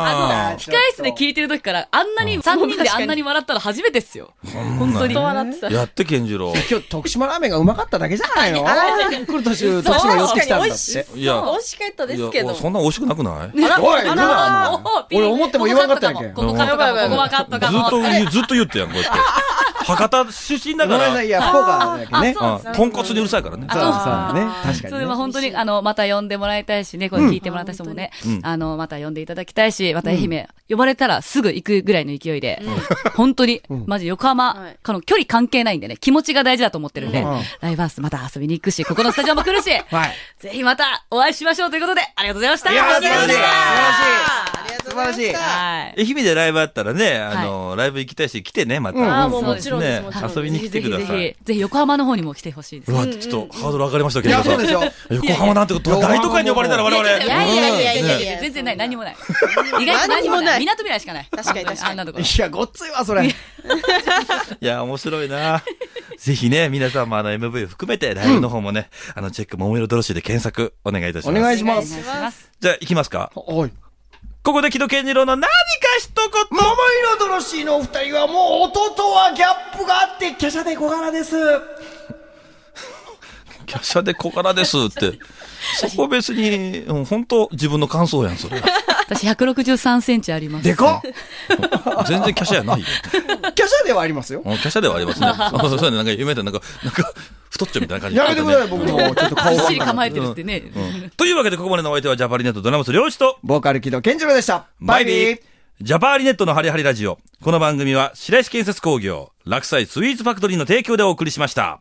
Speaker 6: あの、控室で聞いてる時から、あんなに、3人であんなに笑ったの初めてっすよ。本当に。
Speaker 7: と笑ってた。
Speaker 2: やって、健次郎。
Speaker 3: 今日徳島ラーメンがうまかっただけじゃないの来る途中徳島寄ってきたんだって。
Speaker 2: いや
Speaker 7: そう美味しかったですけ
Speaker 2: い
Speaker 7: ど。
Speaker 2: やそんな惜しくなくない
Speaker 3: おい、行
Speaker 7: あ
Speaker 3: く
Speaker 7: ら
Speaker 3: な、お前。
Speaker 6: おピー
Speaker 3: 俺思っても言わんかったんやけん
Speaker 6: ここカットかも、ここはカッ
Speaker 2: ず
Speaker 6: ト
Speaker 2: っ
Speaker 6: かも。
Speaker 2: と言う、ずっと言ってやん、こうやって。博多出身だ
Speaker 3: ごめ
Speaker 2: か
Speaker 3: んなさ
Speaker 2: ら
Speaker 3: い、い、や、福岡だけどね。そう
Speaker 6: あ
Speaker 2: うん豚骨にうるさいからね。
Speaker 3: そうね。確
Speaker 6: そ
Speaker 3: かに
Speaker 6: れは
Speaker 3: ね。
Speaker 6: 本当に、あの、また呼んでもらいたいしね、これ聞いてもらった人もね、あの、また呼んでいただきたいし、また愛媛、呼ばれたらすぐ行くぐらいの勢いで、本当に、マジ横
Speaker 7: は
Speaker 6: 浜
Speaker 7: い、
Speaker 6: この距離関係ないんでね、気持ちが大事だと思ってるんで
Speaker 3: うん、
Speaker 6: ライブハウスまた遊びに行くし、ここのスタジオも来るし、
Speaker 3: はい。
Speaker 6: ぜひまたお会いしましょうということで、ありがとうございました
Speaker 3: いやー素晴らしい
Speaker 6: ありがとうござま
Speaker 3: 素晴らしい。
Speaker 6: したはい。
Speaker 2: 愛媛でライブあったらね、あの、ライブ行きたいし、来てね、また。
Speaker 7: ああ、もうもちろんです。
Speaker 2: ね
Speaker 7: もちろんです
Speaker 2: 遊びに来てください。
Speaker 6: ぜひぜひぜひぜひ横浜の方にも来てほしいです
Speaker 2: う。わ、ちょっとハードル上がりましたけ
Speaker 3: い
Speaker 2: ど
Speaker 3: や、そうですよ。
Speaker 2: 横浜なんてこと、大都会に呼ばれたら我々。
Speaker 6: いやいやいやいやいや
Speaker 7: うん
Speaker 6: 全然ない、何もない。意外と何も
Speaker 7: 何もな
Speaker 6: ないい。港未来しかない。
Speaker 7: 確かに確かに
Speaker 6: あんなところ。
Speaker 3: いや、ごっついわ、それ。
Speaker 2: いや、面白いな。 [laughs] ぜひね、皆さんもあの MV 含めて、ライブの方もね、あの、チェック、桃色ドロシーで検索、お願いいたし
Speaker 3: お
Speaker 2: ます。
Speaker 3: 願いしま
Speaker 6: お願
Speaker 3: す
Speaker 6: い。します。
Speaker 2: じゃあ、行きますか。
Speaker 3: おい。
Speaker 2: ここで木戸健二郎の何か一言
Speaker 3: 桃色ドロシーのお二人はもう音とはギャップがあって、華奢で小柄です。
Speaker 2: キャシャで小柄です
Speaker 3: [laughs]
Speaker 2: って。そこ別に、うん本当自分の感想やん、それ。
Speaker 6: 私163センチあります。
Speaker 3: でかっ
Speaker 2: 全然キャシャやないよ。
Speaker 3: 華奢ではありますよ。
Speaker 2: うんキャシャではあります
Speaker 3: [laughs]
Speaker 2: ね。あそうそうね、なんか夢でなんか、なんか、太っちょみたいな感じで
Speaker 3: やめてください、僕も。ちょっと
Speaker 6: ぎ [laughs]
Speaker 3: 顔
Speaker 6: っ
Speaker 3: が
Speaker 6: しり。構えてるってね。
Speaker 2: というわけで、ここまでのお相手はジャパリネットドラムス両一と、
Speaker 3: ボーカル木戸健次郎でした。
Speaker 2: バ
Speaker 3: バ
Speaker 2: イ
Speaker 3: イ
Speaker 2: ビ
Speaker 3: ビ
Speaker 2: ー
Speaker 3: ー。
Speaker 2: ジャパーリネットのハリハリラジオ。この番組は白石建設工業、落栽スイーツファクトリーの提供でお送りしました。